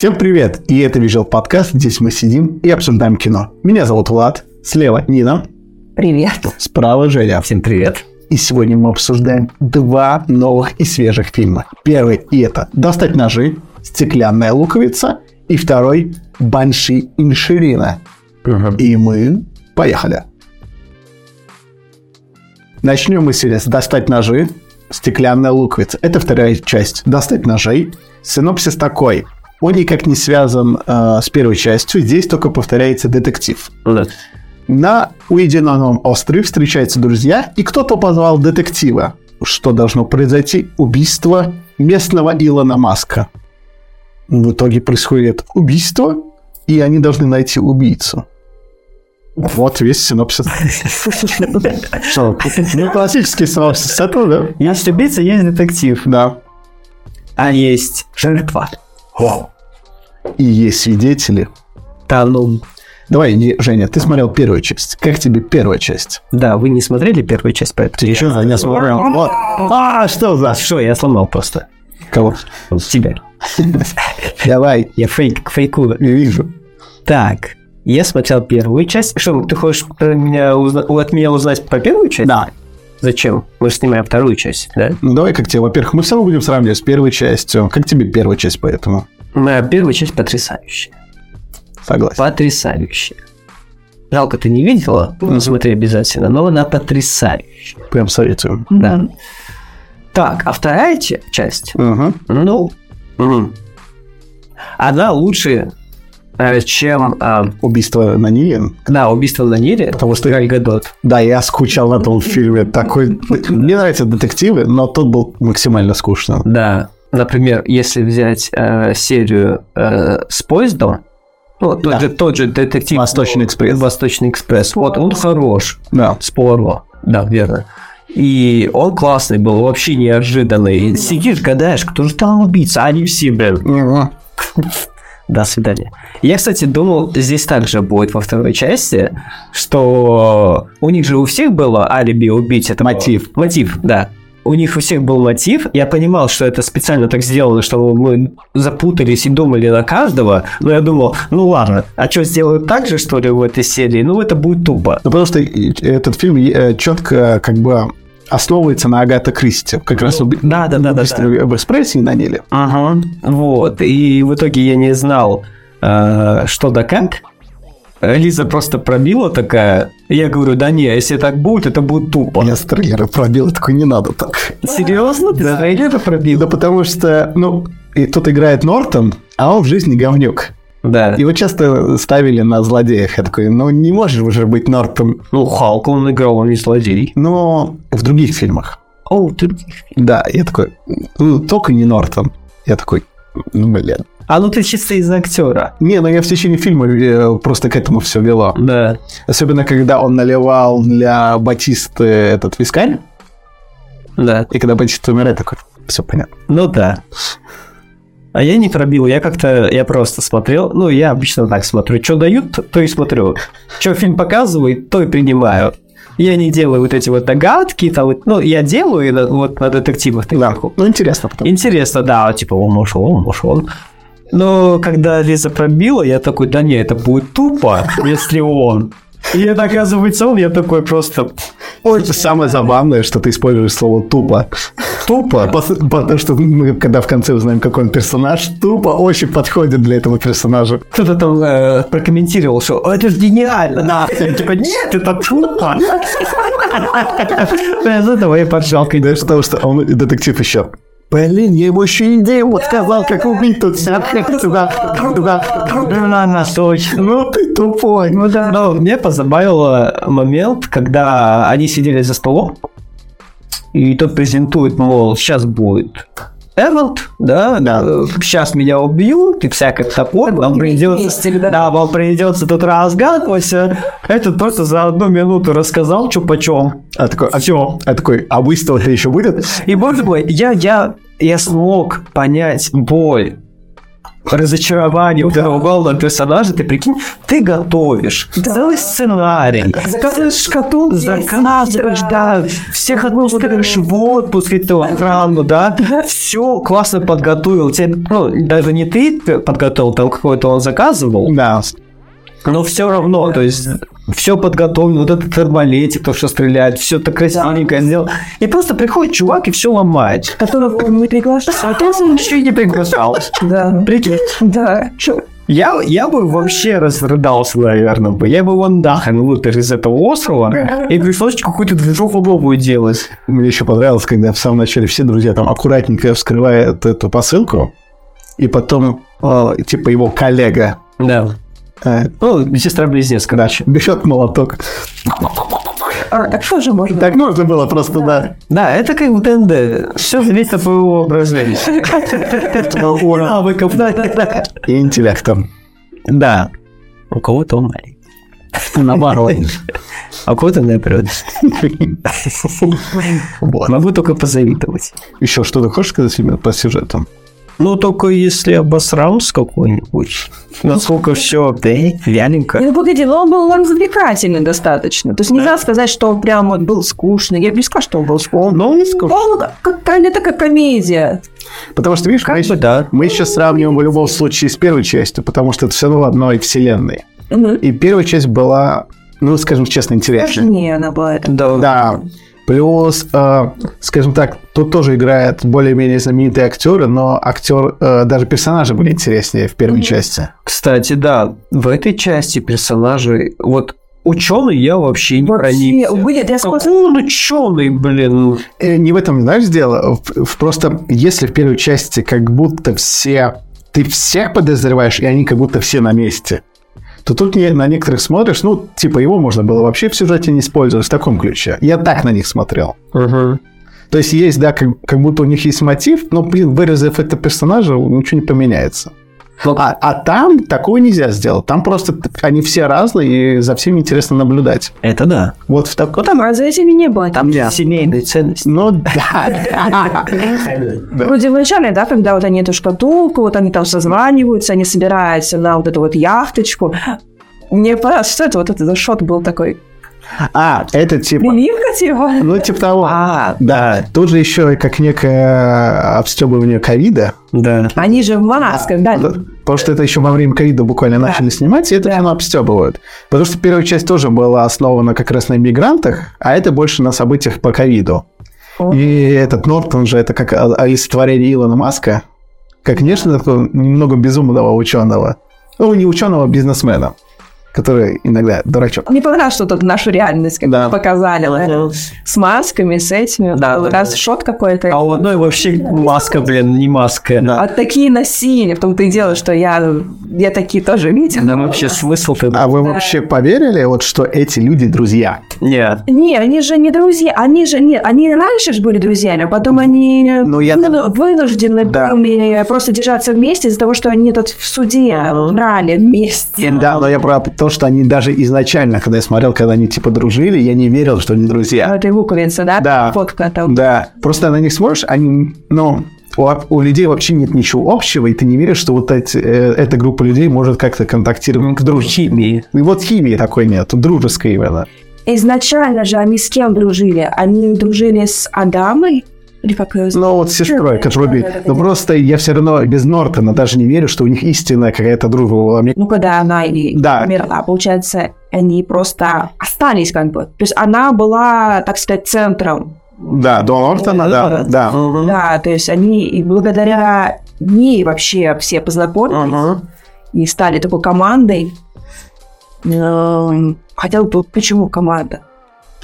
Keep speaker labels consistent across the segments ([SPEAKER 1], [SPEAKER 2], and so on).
[SPEAKER 1] Всем привет! И это Вижел подкаст. Здесь мы сидим и обсуждаем кино. Меня зовут Влад. Слева Нина.
[SPEAKER 2] Привет.
[SPEAKER 1] Справа Женя.
[SPEAKER 3] Всем привет.
[SPEAKER 1] И сегодня мы обсуждаем два новых и свежих фильма. Первый и это «Достать ножи», «Стеклянная луковица» и второй «Банши Инширина». И мы поехали. Начнем мы сегодня с «Достать ножи», «Стеклянная луковица». Это вторая часть «Достать ножей». Синопсис такой. Он никак не связан э, с первой частью, здесь только повторяется детектив. На уединенном острове встречаются друзья, и кто-то позвал детектива. Что должно произойти? Убийство местного Илона Маска. В итоге происходит убийство, и они должны найти убийцу. Вот весь синопсис. Что? Ну, классический синопсис. Это, да?
[SPEAKER 3] Есть убийца, есть детектив.
[SPEAKER 1] Да.
[SPEAKER 3] А есть жертва.
[SPEAKER 1] И есть свидетели.
[SPEAKER 3] Да ну.
[SPEAKER 1] Давай, Е- Женя, ты смотрел первую часть. Как тебе первая часть?
[SPEAKER 3] Да, вы не смотрели первую часть, поэтому...
[SPEAKER 1] Ты еще не смотрел? Вот. А, что за...
[SPEAKER 3] Что, я сломал просто.
[SPEAKER 1] Кого?
[SPEAKER 3] Тебя.
[SPEAKER 1] Давай,
[SPEAKER 3] Я фейк, фейкую.
[SPEAKER 1] я вижу.
[SPEAKER 3] Так, я смотрел первую часть. Что, ты хочешь про меня узна- от меня узнать про первую часть?
[SPEAKER 1] Да.
[SPEAKER 3] Зачем? Мы же снимаем вторую часть, да?
[SPEAKER 1] Ну, давай как тебе, во-первых, мы все равно будем сравнивать с первой частью. Как тебе первая часть поэтому?
[SPEAKER 3] Моя Ну, а первая часть потрясающая.
[SPEAKER 1] Согласен.
[SPEAKER 3] Потрясающая. Жалко, ты не видела, смотри обязательно, но она потрясающая.
[SPEAKER 1] Прям советую.
[SPEAKER 3] Да. Так, а вторая ча- часть,
[SPEAKER 1] Ага.
[SPEAKER 3] ну, м, она лучше, э, чем, э,
[SPEAKER 1] Убийство на Ниле.
[SPEAKER 3] да, убийство на Ниле.
[SPEAKER 1] Потому что-
[SPEAKER 3] Галь Гадот.
[SPEAKER 1] Да, я скучал на том фильме. Такой... Мне нравятся детективы, но тот был максимально скучно.
[SPEAKER 3] Да. Например, если взять э, серию э, с поездом, ну, тот,
[SPEAKER 1] Да.
[SPEAKER 3] же, тот же детектив
[SPEAKER 1] «Восточный экспресс».
[SPEAKER 3] Восточный экспрес. Вот он хорош.
[SPEAKER 1] Да.
[SPEAKER 3] С Пуаро. Да, верно. И он классный был, вообще неожиданный. Сидишь, гадаешь, кто же там убийца, а они все, блин.
[SPEAKER 1] Мгм.
[SPEAKER 3] До свидания. Я, кстати, думал, здесь также будет во второй части, что у них же у всех было алиби убить это
[SPEAKER 1] Мотив.
[SPEAKER 3] Мотив, да. У них у всех был мотив. Я понимал, что это специально так сделано, чтобы мы запутались и думали на каждого. Но я думал, ну ладно, а что сделают так же, что ли, в этой серии? Ну это будет тупо.
[SPEAKER 1] Ну, потому что и- этот фильм четко как бы основывается на Агата Кристи. Как раз уби-
[SPEAKER 3] Да, да, да, да.
[SPEAKER 1] убийство в экспрессе и на Ниле.
[SPEAKER 3] Ага. Вот. И в итоге я не знал, э, что да как. Э, Лиза просто пробила такая. Я говорю, да не, если так будет, это будет тупо.
[SPEAKER 1] Я с трейлера пробил, я такой, не надо так.
[SPEAKER 3] Серьезно? Ты да.
[SPEAKER 1] Да
[SPEAKER 3] пробила?
[SPEAKER 1] потому что, ну, и тут играет Нортон, а он в жизни говнюк.
[SPEAKER 3] Да.
[SPEAKER 1] Его часто ставили на злодеев. Я такой, ну, не может уже быть Нортон.
[SPEAKER 3] Ну, Халк он играл, он не злодей.
[SPEAKER 1] Но в других фильмах.
[SPEAKER 3] О, ты...
[SPEAKER 1] Да, я такой, ну, только не Нортон. Я такой, ну, блин.
[SPEAKER 3] А ну ты чисто из актера.
[SPEAKER 1] Не, ну я в течение фильма э, просто к этому все вело.
[SPEAKER 3] Да.
[SPEAKER 1] Особенно, когда он наливал для Батисты этот вискарь.
[SPEAKER 3] Да.
[SPEAKER 1] И когда Батиста умирает, такой, все понятно.
[SPEAKER 3] Ну да. А я не пробил, я как-то, я просто смотрел, ну, я обычно так смотрю, что дают, то- то и смотрю, что фильм показывает, то и принимаю. Я не делаю вот эти вот догадки, там, вот, ну, я делаю на- вот на детективах.
[SPEAKER 1] Да,
[SPEAKER 3] таких.
[SPEAKER 1] ну интересно потом.
[SPEAKER 3] Интересно, да, типа, он ушел, он ушел. Но когда Лиза пробила, я такой, да не, это будет тупо, если он. И это оказывается он, я такой просто...
[SPEAKER 1] Это самое забавное, что ты используешь слово «тупо». Тупо, пос- потому что мы, когда в конце узнаем, какой он персонаж, тупо очень подходит для этого персонажа.
[SPEAKER 3] Кто-то там э, прокомментировал, что «О, это же гениально. Нахрен. Типа, нет, это тупо. Я за этого и поджал.
[SPEAKER 1] И Даже потому, что он детектив еще. Блин, я ему еще идею вот сказал, как убить тут. Туда, туда.
[SPEAKER 3] Блин, точно.
[SPEAKER 1] Ну ты тупой.
[SPEAKER 3] Ну да. Но мне позабавило момент, когда они сидели за столом, и тот презентует, мол, сейчас будет Эвелт, да,
[SPEAKER 1] Да.
[SPEAKER 3] сейчас меня убьют, и всякое такое, вам придется,
[SPEAKER 2] мистер, да.
[SPEAKER 3] да, вам придется тут разгадывать. а Этот просто за одну минуту рассказал, что почем.
[SPEAKER 1] А такой, а,
[SPEAKER 3] Все.
[SPEAKER 1] а такой, а выставка еще будет?
[SPEAKER 3] И боже мой, я, я, я смог понять боль разочарование у твоего главного персонажа, ты прикинь, ты готовишь
[SPEAKER 2] Да.
[SPEAKER 3] целый сценарий, заказываешь шкатулку,
[SPEAKER 2] Есть,
[SPEAKER 3] заказываешь, да,
[SPEAKER 2] да.
[SPEAKER 3] всех отпускаешь в отпуск, и то рано, да, все классно подготовил, тебе, ну, даже не ты подготовил, там какой-то он заказывал,
[SPEAKER 1] Да,
[SPEAKER 3] но все равно, то есть все подготовлено, вот этот арбалетик, то, что стреляет, все так красивенько сделал. И просто приходит чувак и все ломает.
[SPEAKER 2] которого он не приглашал.
[SPEAKER 3] А ты еще и не приглашал.
[SPEAKER 2] Да,
[SPEAKER 3] Прикинь.
[SPEAKER 2] да. Чё?
[SPEAKER 3] Я, я бы вообще разрыдался, наверное, бы. Я бы вон нахрен вытер из этого острова, и пришлось какую-то движуху новую делать.
[SPEAKER 1] Мне еще понравилось, когда в самом начале все друзья там аккуратненько вскрывают эту посылку, и потом, э, типа, его коллега
[SPEAKER 3] Да.
[SPEAKER 1] э,
[SPEAKER 3] Ну, сестра-близнец, короче.
[SPEAKER 1] берет молоток.
[SPEAKER 2] А так что же может
[SPEAKER 1] Так можно было просто, да.
[SPEAKER 3] Да, это как в ДНД. Все зависит от твоего воображения. Навыков.
[SPEAKER 1] И интеллектом.
[SPEAKER 3] Да. У кого-то он маленький. Наоборот. А у кого-то наоборот.
[SPEAKER 1] Вот.
[SPEAKER 3] Могу только позавидовать.
[SPEAKER 1] Еще что-то хочешь сказать именно по сюжетам?
[SPEAKER 3] Ну, только если обосрался какой-нибудь. Насколько все вяленько.
[SPEAKER 2] Ну, погоди, но он был развлекательный достаточно. То есть нельзя сказать, что он прям вот был скучный. Я бы не сказала, что он был скучный.
[SPEAKER 3] Ну,
[SPEAKER 2] Он как, это как комедия.
[SPEAKER 1] Потому что, видишь, мы,
[SPEAKER 3] бы да.
[SPEAKER 1] мы еще сравниваем в любом случае с первой частью, потому что это все равно в одной вселенной.
[SPEAKER 2] Мгм.
[SPEAKER 1] И первая часть была, ну, скажем честно, интереснее.
[SPEAKER 2] Важнее она была. Это.
[SPEAKER 1] Да. Плюс, э, скажем так, тут тоже играют более-менее знаменитые актеры, но актер, э, даже персонажи были интереснее в первой части.
[SPEAKER 3] Кстати, да, в этой части персонажи, вот ученый я вообще не
[SPEAKER 2] Вообще,
[SPEAKER 3] проникся. Ну,
[SPEAKER 2] будет, я
[SPEAKER 3] Какой
[SPEAKER 2] сказала,
[SPEAKER 3] он ученый, блин. Ну,
[SPEAKER 1] Э, не в этом, знаешь, дело. В- в- просто если в первой части как будто все... Ты всех подозреваешь, и они как будто все на месте. То тут не- на некоторых смотришь, ну, типа, его можно было вообще в сюжете не использовать в таком ключе. Я так на них смотрел. То есть есть, да, как, как будто у них есть мотив, но, блин, вырезав это персонажа, ничего не поменяется.
[SPEAKER 3] Ну,
[SPEAKER 1] А, а там такое нельзя сделать. Там просто т- они все разные, и за всеми интересно наблюдать.
[SPEAKER 3] Это да.
[SPEAKER 1] Вот в таком...
[SPEAKER 2] ну, там развлечений не было. Там
[SPEAKER 3] Семейные ценности.
[SPEAKER 1] Ну да.
[SPEAKER 2] Вроде вначале, да, когда вот они эту шкатулку, вот они там созваниваются, они собираются на вот эту вот яхточку. Мне понравилось, что это вот этот шот был такой.
[SPEAKER 1] А, это типа...
[SPEAKER 2] Приливка типа.
[SPEAKER 1] Ну, типа того.
[SPEAKER 3] А,
[SPEAKER 1] Да, тут же еще и как некое обстебывание ковида.
[SPEAKER 3] да.
[SPEAKER 2] Они же в масках, да.
[SPEAKER 1] Потому что это еще во время ковида буквально начали снимать, и это оно обстебывают. Потому что первая часть тоже была основана как раз на мигрантах, а это больше на событиях по ковиду.
[SPEAKER 2] О.
[SPEAKER 1] И этот Нортон же, это как а- олицетворение Илона Маска, как внешне такого немного безумного ученого. Ну, не ученого, а бизнесмена, который иногда дурачок.
[SPEAKER 2] Мне понравилось, что тут нашу реальность как
[SPEAKER 1] Да.
[SPEAKER 2] бы показали. С масками, с этими.
[SPEAKER 3] Да,
[SPEAKER 2] Вот
[SPEAKER 3] да,
[SPEAKER 2] раз
[SPEAKER 3] да.
[SPEAKER 2] шот какой-то.
[SPEAKER 3] А у одной вообще маска, блин, не маска.
[SPEAKER 1] Да.
[SPEAKER 2] А такие носили. В том-то и дело, что я, я такие тоже видел.
[SPEAKER 3] Нам А вообще смысл-то...
[SPEAKER 1] А вы вообще поверили, вот, что эти люди друзья?
[SPEAKER 3] Нет.
[SPEAKER 2] Не, они же не друзья, они же не, они раньше же были друзьями, а потом они
[SPEAKER 1] Ну, я-
[SPEAKER 2] вынуждены- вынуждены
[SPEAKER 1] Да.
[SPEAKER 2] были просто держаться вместе из-за того, что они тут в суде брали вместе.
[SPEAKER 1] Да, но я про то, что они даже изначально, когда я смотрел, когда они типа дружили, я не верил, что они друзья.
[SPEAKER 2] В этой луковице, Ну, да?
[SPEAKER 1] Да.
[SPEAKER 2] Фотка там.
[SPEAKER 1] Да, просто на них смотришь, они, ну, у, у людей вообще нет ничего общего, и ты не веришь, что вот эти, э, эта группа людей может как-то контактировать к дружбе.
[SPEAKER 3] Химии.
[SPEAKER 1] И вот химии такой нет, дружеской именно.
[SPEAKER 2] Изначально же они с кем дружили? Они дружили с Адамой? Или как ее зовут?
[SPEAKER 1] Но вот с сестрой, которую убили. Но просто я все равно без Нортона даже не верю, что у них истинная какая-то дружба была. Мне-
[SPEAKER 2] Ну, когда она и
[SPEAKER 1] Да.
[SPEAKER 2] умерла, получается, они просто остались как бы. То есть она была, так сказать, центром
[SPEAKER 1] Да, до Нортона, да, да.
[SPEAKER 3] Мгм.
[SPEAKER 2] Да, то есть они и благодаря ней вообще все познакомились
[SPEAKER 3] Мгм.
[SPEAKER 2] и стали такой командой. Эм, Хотя бы почему команда?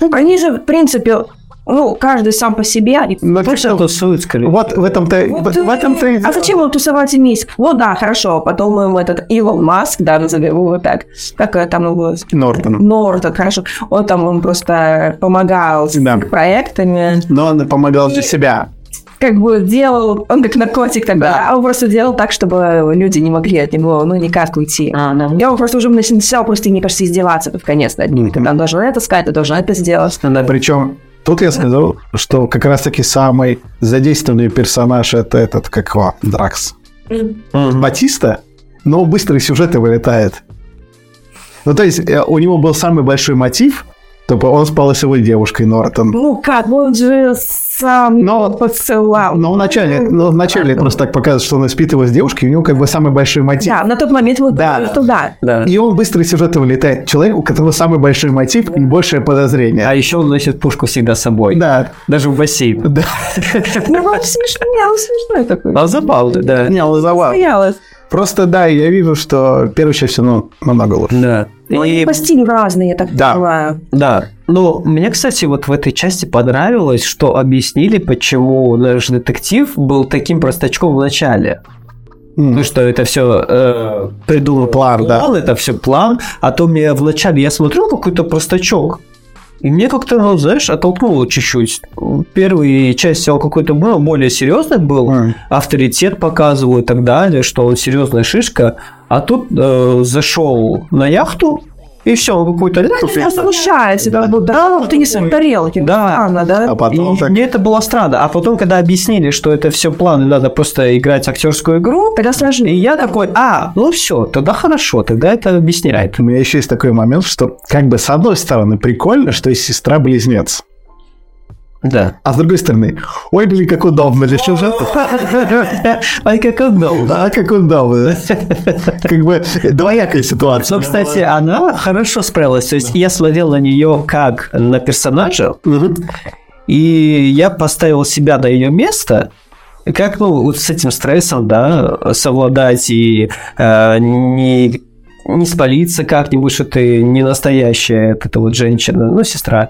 [SPEAKER 2] Ну, они же, в принципе, ну, каждый сам по себе. они-
[SPEAKER 1] Но ты
[SPEAKER 3] Просто
[SPEAKER 1] что,
[SPEAKER 3] тусуют, скорее.
[SPEAKER 1] вот в этом-то, Ну, в, в этом-то и
[SPEAKER 2] А зачем им тусовать вместе? Ну да, хорошо, потом им этот Илон Маск, да, назовем его так, как э, там его
[SPEAKER 1] Нортон.
[SPEAKER 2] Нортон, хорошо, он там он просто помогал с
[SPEAKER 1] Да.
[SPEAKER 2] проектами,
[SPEAKER 1] Но он помогал для себя.
[SPEAKER 2] как бы делал, он как наркотик тогда,
[SPEAKER 1] Да.
[SPEAKER 2] а он просто делал так, чтобы люди не могли от него, ну, никак уйти. Я его просто уже начинал просто, мне кажется, издеваться под конец над ним. Ты там должен это сказать, ты должен это сделать.
[SPEAKER 1] Причем тут я сказал, что как раз-таки самый задействованный персонаж это этот, как его, Дракс. Батиста, но быстрые сюжеты вылетает. Ну, то есть, э, у него был самый большой мотив, то он спал с его девушкой Нортон.
[SPEAKER 2] Ну как, он же сам
[SPEAKER 1] Но-
[SPEAKER 2] посылал.
[SPEAKER 1] Но вначале, но вначале просто так показывает, что он спит его с девушкой, и у него как бы самый большой мотив.
[SPEAKER 2] Да, на тот момент вот
[SPEAKER 1] Да.
[SPEAKER 2] что да.
[SPEAKER 3] Да.
[SPEAKER 1] И он быстро из сюжета вылетает. Человек, у которого самый большой мотив и большее подозрение.
[SPEAKER 3] А еще он носит пушку всегда с собой.
[SPEAKER 1] Да,
[SPEAKER 3] Даже в бассейн.
[SPEAKER 1] да.
[SPEAKER 2] Ну, он смешной, он смешной такой.
[SPEAKER 3] А забавно, да.
[SPEAKER 1] Не, он завал.
[SPEAKER 2] Боялась.
[SPEAKER 1] Просто да, я вижу, что первая часть все равно намного лучше.
[SPEAKER 3] Да. И-
[SPEAKER 2] По стилю разные, я так
[SPEAKER 1] Да.
[SPEAKER 2] понимаю.
[SPEAKER 3] Да. Ну, мне, кстати, вот в этой части понравилось, что объяснили, почему наш детектив был таким простачком в начале.
[SPEAKER 1] М.
[SPEAKER 3] Ну, что это все придумал
[SPEAKER 1] План, да.
[SPEAKER 3] план, это все план. А то мне вначале я смотрел какой-то простачок. И мне как-то, ну, знаешь, оттолкнуло чуть-чуть. Первая часть он какой-то был, более серьезный был.
[SPEAKER 1] М.
[SPEAKER 3] Авторитет показывал и так далее, что он серьезная шишка. А тут э, зашел на яхту, и все, он какой-то...
[SPEAKER 2] Она смущается, как будто, да, ну, ты не с тарелки.
[SPEAKER 3] Да.
[SPEAKER 2] Странно, да?
[SPEAKER 1] А потом
[SPEAKER 3] И
[SPEAKER 1] так.
[SPEAKER 3] Мне это было странно. А потом, когда объяснили, что это все план, и надо просто играть актерскую игру,
[SPEAKER 2] Тогда сложнее.
[SPEAKER 3] и я такой, а, ну все, тогда хорошо, тогда это объясняет.
[SPEAKER 1] У меня еще есть такой момент, что как бы с одной стороны прикольно, что есть сестра-близнец.
[SPEAKER 3] Да.
[SPEAKER 1] А с другой стороны, ой, блин, как удобно для сюжета.
[SPEAKER 3] Ай, как удобно.
[SPEAKER 1] Да, как удобно. Как бы двоякая ситуация.
[SPEAKER 3] Но, кстати, она хорошо справилась. То есть я смотрел на нее как на персонажа,
[SPEAKER 1] Мгм.
[SPEAKER 3] и я поставил себя на ее место, И как, ну, вот с этим стрессом, да, совладать и э, не, не спалиться как-нибудь, что ты не настоящая вот эта вот женщина, ну, сестра.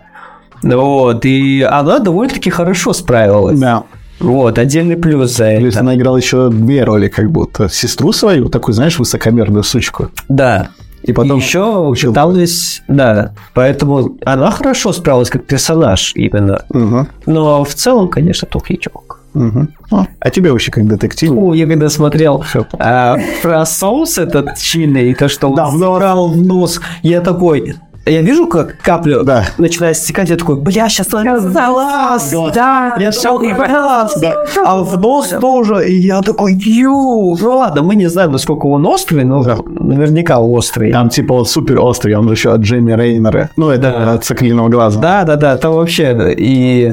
[SPEAKER 3] Вот, и она довольно-таки хорошо справилась.
[SPEAKER 1] Да.
[SPEAKER 3] Вот, отдельный плюс за
[SPEAKER 1] Плюс
[SPEAKER 3] это.
[SPEAKER 1] она играла еще две роли, как будто. Сестру свою, такую, знаешь, высокомерную сучку.
[SPEAKER 3] Да.
[SPEAKER 1] И потом
[SPEAKER 3] еще
[SPEAKER 1] учил.
[SPEAKER 3] пыталась, да, поэтому она хорошо справилась как персонаж именно.
[SPEAKER 1] Мгм.
[SPEAKER 3] Но в целом, конечно, тухлячок.
[SPEAKER 1] Мгм. О, А тебе вообще как детектив?
[SPEAKER 3] О, я когда смотрел а, про соус этот чили и то, что он
[SPEAKER 1] Да, в нос.
[SPEAKER 3] забрал в нос, я такой, я вижу, как каплю
[SPEAKER 1] Да.
[SPEAKER 3] начинает стекать, я такой, бля, сейчас
[SPEAKER 2] Залаз, да.
[SPEAKER 3] Я всё
[SPEAKER 2] Да.
[SPEAKER 3] понял.
[SPEAKER 2] Да.
[SPEAKER 3] А в нос тоже, и я такой, ю, ну ладно, мы не знаем, насколько он острый, но
[SPEAKER 1] Да.
[SPEAKER 3] наверняка острый.
[SPEAKER 1] Там типа он супер острый, он же еще от Джейми Рейнера. Ну, это
[SPEAKER 3] Да.
[SPEAKER 1] от «Соколиного глаза».
[SPEAKER 3] Да, да, да, там вообще и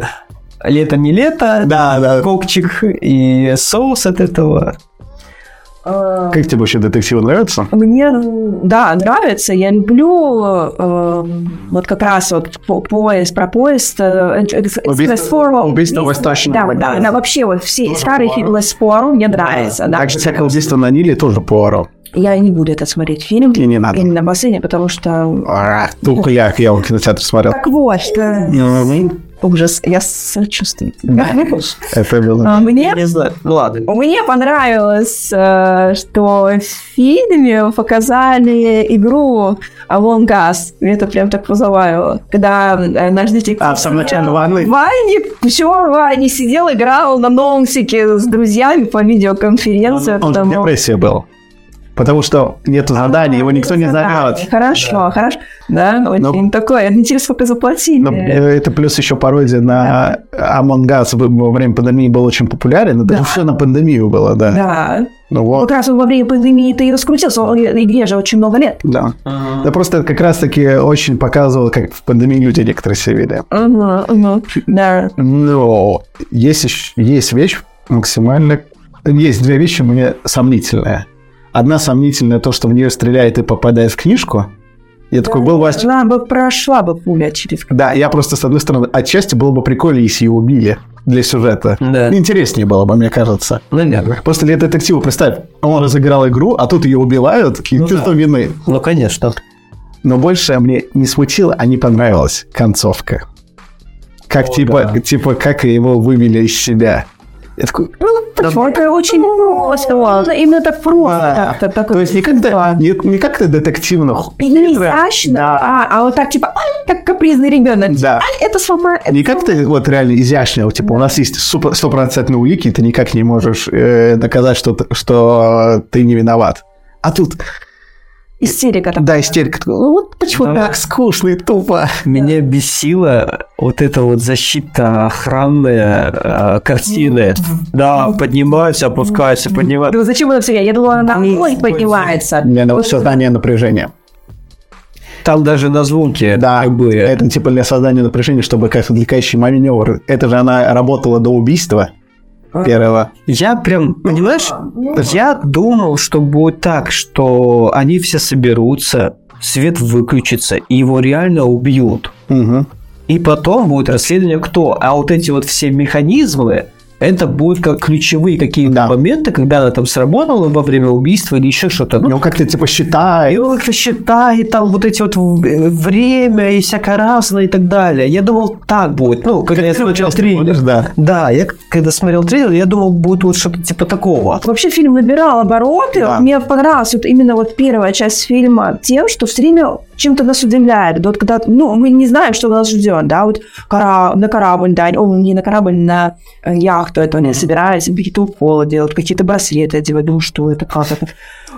[SPEAKER 3] лето не лето,
[SPEAKER 1] Да, да.
[SPEAKER 3] кокчик и соус от этого.
[SPEAKER 2] Э,
[SPEAKER 1] Как тебе вообще детективы нравятся?
[SPEAKER 2] Мне, м, да, нравится. Я люблю э, э, вот как раз вот по- поезд, про поезд. э, э, экс-
[SPEAKER 1] Убийство-
[SPEAKER 2] экспресс-форму.
[SPEAKER 1] убийство восточного
[SPEAKER 2] Да,
[SPEAKER 1] вокзала.
[SPEAKER 2] да, да, вообще вот все старые фильмы с Пуаро мне нравятся. да.
[SPEAKER 1] Так же, как и «Убийство на Ниле» тоже Пуаро.
[SPEAKER 2] Я не буду этот смотреть фильм.
[SPEAKER 1] И не надо.
[SPEAKER 2] Я на бассейне, потому что...
[SPEAKER 1] А, Только я, я его в кинотеатр смотрел.
[SPEAKER 2] Так вот, э,
[SPEAKER 3] Ну,
[SPEAKER 2] ужас, я сочувствую.
[SPEAKER 1] Это было...
[SPEAKER 2] А Мне
[SPEAKER 3] Не знаю, ну ладно.
[SPEAKER 2] Мне понравилось, э, что в фильме показали игру Among Us. Мне это прям так позабавило. Когда э, наш детектив...
[SPEAKER 1] А, в самом начале ванны?
[SPEAKER 2] В ванне, все, в ванне сидел, играл на ноутике с друзьями по видеоконференции.
[SPEAKER 1] Он же в
[SPEAKER 2] потому-
[SPEAKER 1] депрессии был. Потому что нет заданий, его никто не Ну.
[SPEAKER 2] Да,
[SPEAKER 1] зовет.
[SPEAKER 2] Хорошо, хорошо. Да, очень такое. Интересно, сколько заплатили.
[SPEAKER 1] Но э, это плюс еще пародия на Among Us во- во время пандемии был очень популярен, и даже все на пандемию было, да.
[SPEAKER 2] Да.
[SPEAKER 1] Ну
[SPEAKER 2] Как
[SPEAKER 1] вот,
[SPEAKER 2] раз он во время пандемии ты и раскрутился. Он игре же очень много лет.
[SPEAKER 1] да. Да просто это как раз-таки очень показывало, как в пандемии люди некоторые себя вели.
[SPEAKER 2] Мгм, мгм. Да.
[SPEAKER 1] Но Ну, есть, ещё- есть вещь максимально... Есть две вещи мне сомнительные. Одна сомнительная то, что в нее стреляет и попадает в книжку. Я такой был Вася.
[SPEAKER 2] Она бы прошла бы пуля через...
[SPEAKER 1] Да, я просто, с одной стороны, отчасти было бы прикольно, если ее убили для сюжета.
[SPEAKER 3] Да.
[SPEAKER 1] Интереснее было бы, мне кажется.
[SPEAKER 3] Наверное.
[SPEAKER 1] После для детектива, представь, он разыграл игру, а тут ее убивают, и
[SPEAKER 3] Ну
[SPEAKER 1] чувство
[SPEAKER 3] да.
[SPEAKER 1] вины.
[SPEAKER 3] Ну, конечно.
[SPEAKER 1] Но больше мне не смутило, а не понравилась концовка. Как
[SPEAKER 3] О,
[SPEAKER 1] типа,
[SPEAKER 3] да.
[SPEAKER 1] типа, как его вывели из себя. Я такой,
[SPEAKER 2] Ну, это очень просто. Именно- Именно так просто.
[SPEAKER 1] А,
[SPEAKER 2] Так- так-
[SPEAKER 1] Ну, то есть не как-то, не, не как-то детективно, ху-
[SPEAKER 2] Не изящно, а, а вот так типа, «Ай, как капризный ребенок.
[SPEAKER 1] Да.
[SPEAKER 2] «Ай, это сломает.
[SPEAKER 1] не как-то вот реально изящно, вот, типа у нас есть супер- стопроцентные улики, и ты никак не можешь э, доказать, что, ты- что ты не виноват. А тут
[SPEAKER 2] Истерика там.
[SPEAKER 1] Да, истерика. такая, «Ну Вот почему
[SPEAKER 3] Да.
[SPEAKER 1] так скучно и тупо.
[SPEAKER 3] Меня бесила вот эта вот защита охранная э, картины. Да, поднимается, опускается, поднимается.
[SPEAKER 2] Думаю, зачем она всегда? Я думала, она домой поднимается.
[SPEAKER 1] Мне на создание напряжения.
[SPEAKER 3] Там даже на звуке
[SPEAKER 1] Да,
[SPEAKER 3] как бы
[SPEAKER 1] это типа для создания напряжения, чтобы как отвлекающий маневр. Это же она работала до убийства первого.
[SPEAKER 3] Я прям, понимаешь, я думал, что будет так, что они все соберутся, свет выключится, и его реально убьют.
[SPEAKER 1] Мгм.
[SPEAKER 3] И потом будет расследование кто. А вот эти вот все механизмы, это будут как ключевые какие-то
[SPEAKER 1] Да.
[SPEAKER 3] моменты, когда она там сработала во время убийства или еще что-то. Ну,
[SPEAKER 1] И он как-то типа
[SPEAKER 3] и
[SPEAKER 1] считает.
[SPEAKER 3] он как-то считает там вот эти вот в- э, время и всякое разное и так далее. Я думал, так будет. Ну, когда я смотрел трейлер.
[SPEAKER 1] Да.
[SPEAKER 3] Да, я к- когда смотрел трейлер, я думал, будет вот что-то типа такого.
[SPEAKER 2] Вообще фильм набирал обороты.
[SPEAKER 1] Да.
[SPEAKER 2] Мне понравилась вот именно вот первая часть фильма тем, что все время чем-то нас удивляет. Да Вот когда, ну, мы не знаем, что нас ждет, да, вот кора- на корабль, да, о, не на корабль, на э, яхту, это они собираются, какие-то уколы делают, какие-то браслеты одевают, думаю, что это, как это.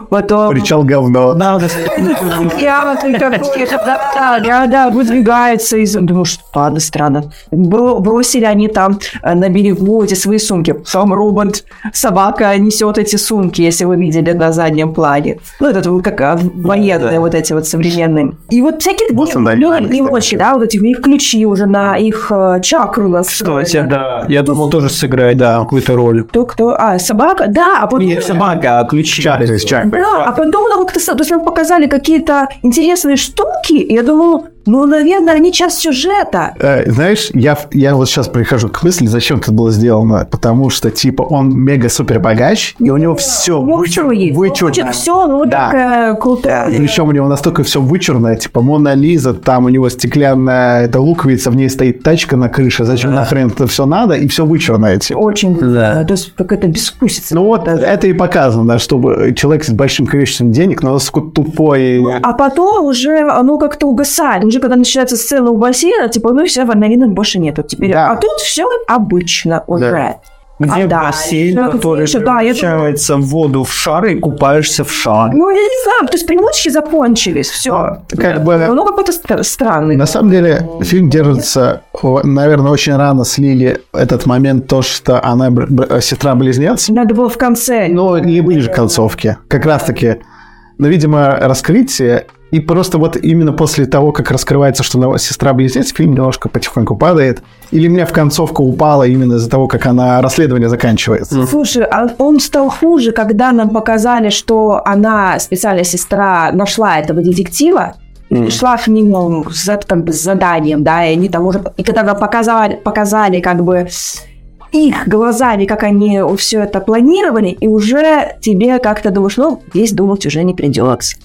[SPEAKER 2] Потом...
[SPEAKER 1] Причал говно.
[SPEAKER 3] Да,
[SPEAKER 2] Я вот это какие-то, да, да, да, да, выдвигается из... Думаю, что ладно, странно. Бро- Бросили они там э, на берегу эти свои сумки. Сам робот, собака несет эти сумки, если вы видели на заднем плане. Ну, это вот как а, военные вот эти вот современные. И вот всякие
[SPEAKER 1] Вот
[SPEAKER 2] такие
[SPEAKER 1] он, да,
[SPEAKER 2] ну,
[SPEAKER 1] реально,
[SPEAKER 2] мелочи, да, вот эти их ключи уже на их э, чакру настроены.
[SPEAKER 3] да. Я думал, тоже сыграет да, какую-то роль.
[SPEAKER 2] Кто, кто... А, собака? Да, а потом...
[SPEAKER 3] Не собака, а ключи.
[SPEAKER 1] Чак, то есть чак.
[SPEAKER 2] Да, а потом нам как-то, с- то есть нам показали какие-то интересные штуки, и я думала, ну, наверное, они часть сюжета.
[SPEAKER 1] Э, Знаешь, я, в- я вот сейчас прихожу к мысли, зачем это было сделано. Потому что, типа, он мега-супер богач, и у него все вычурно.
[SPEAKER 2] все, ну,
[SPEAKER 1] Да.
[SPEAKER 2] такая крутая.
[SPEAKER 1] Причем у него настолько все вычурно, типа Мона Лиза, там у него стеклянная эта луковица, в ней стоит тачка на крыше, зачем нахрен это все надо, и все вычурно. типа.
[SPEAKER 2] Очень,
[SPEAKER 3] Да.
[SPEAKER 2] э, то есть какая-то бескусица.
[SPEAKER 1] Ну вот, э, это и показано, чтобы человек с большим количеством денег, но насколько тупой.
[SPEAKER 2] А потом уже оно как-то угасает. Уже когда начинается сцена у бассейна, типа, ну все, адреналина больше нету теперь.
[SPEAKER 1] Да.
[SPEAKER 2] А тут все обычно уже.
[SPEAKER 3] Где
[SPEAKER 2] А, да.
[SPEAKER 3] бассейн,
[SPEAKER 2] Человек
[SPEAKER 3] который
[SPEAKER 2] слышит, да, я
[SPEAKER 3] превращается в воду в шар и купаешься в шар.
[SPEAKER 2] Ну, я не знаю, то есть примочки закончились, все.
[SPEAKER 1] Как бы...
[SPEAKER 2] Оно какое-то стра- странное.
[SPEAKER 1] На самом деле, фильм держится, о, наверное, очень рано слили этот момент, то, что она бр- бр- сестра-близнец,
[SPEAKER 2] Надо было в конце.
[SPEAKER 1] но Ну, не ближе к концовке, как раз-таки. Но, видимо, раскрытие, и просто вот именно после того, как раскрывается, что она сестра-близнец, фильм немножко потихоньку падает. Или мне в концовку упала именно из-за того, как она расследование заканчивается.
[SPEAKER 2] Слушай, а он стал хуже, когда нам показали, что она, специальная сестра, нашла этого детектива, и пришла к нему с, зад- как бы, с заданием, да, и они там уже... И когда нам показали, показали как бы их глазами, как они все это планировали, и уже тебе как-то думаешь, ну, здесь думать уже не придется.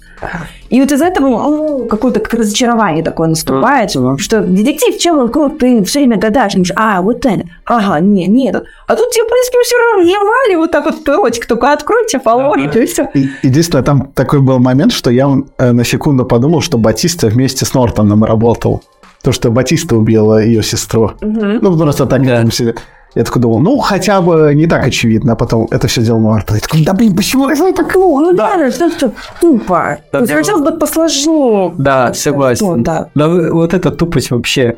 [SPEAKER 2] И вот из этого ну, какое-то как разочарование такое наступает, что детектив, чем он крут, ты все время гадаешь, думаешь, а, вот это, ага, не, не этот. А тут тебе, в принципе, все равно вжимали вот так вот пилотик, только откройте, фаворите, и все.
[SPEAKER 1] И- Единственное, там такой был момент, что я э, на секунду подумал, что Батиста вместе с Нортоном работал. То, что Батиста убила ее сестру. Ну, просто так.
[SPEAKER 3] Да.
[SPEAKER 1] там все- Я такой думал, ну, хотя бы не так очевидно, а потом это все делал Нортон. Я такой, да блин, почему это так?
[SPEAKER 2] Ну, ну да, да, что что тупо.
[SPEAKER 3] Да,
[SPEAKER 2] То есть
[SPEAKER 3] дело-
[SPEAKER 2] Хотелось бы посложнее.
[SPEAKER 3] Да,
[SPEAKER 2] Ну,
[SPEAKER 3] согласен.
[SPEAKER 2] да.
[SPEAKER 3] Э, Да вы- вот эта тупость вообще.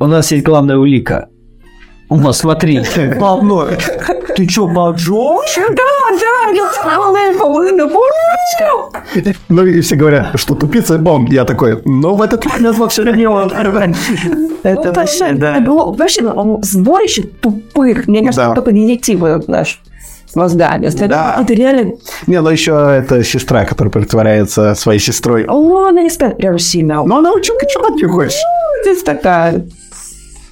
[SPEAKER 3] У нас есть главная улика. Ума, смотри. Главное. Ты чё, молчишь?
[SPEAKER 2] Да, да, я целая половина помню.
[SPEAKER 1] Ну, и все говорят, что тупица бомб. Я такой, ну, в этот момент вообще не он.
[SPEAKER 2] Ну, то есть, это
[SPEAKER 3] да.
[SPEAKER 2] было Вообще, ну, сборище тупых. Мне кажется,
[SPEAKER 1] Да.
[SPEAKER 2] только детективы наш с мозгами. Это,
[SPEAKER 1] Да.
[SPEAKER 2] это реально...
[SPEAKER 1] Не, ну, еще это сестра, которая притворяется своей сестрой.
[SPEAKER 2] О, она не спят прям сильно.
[SPEAKER 1] Ну, она училка, чего ты хочешь?
[SPEAKER 2] здесь такая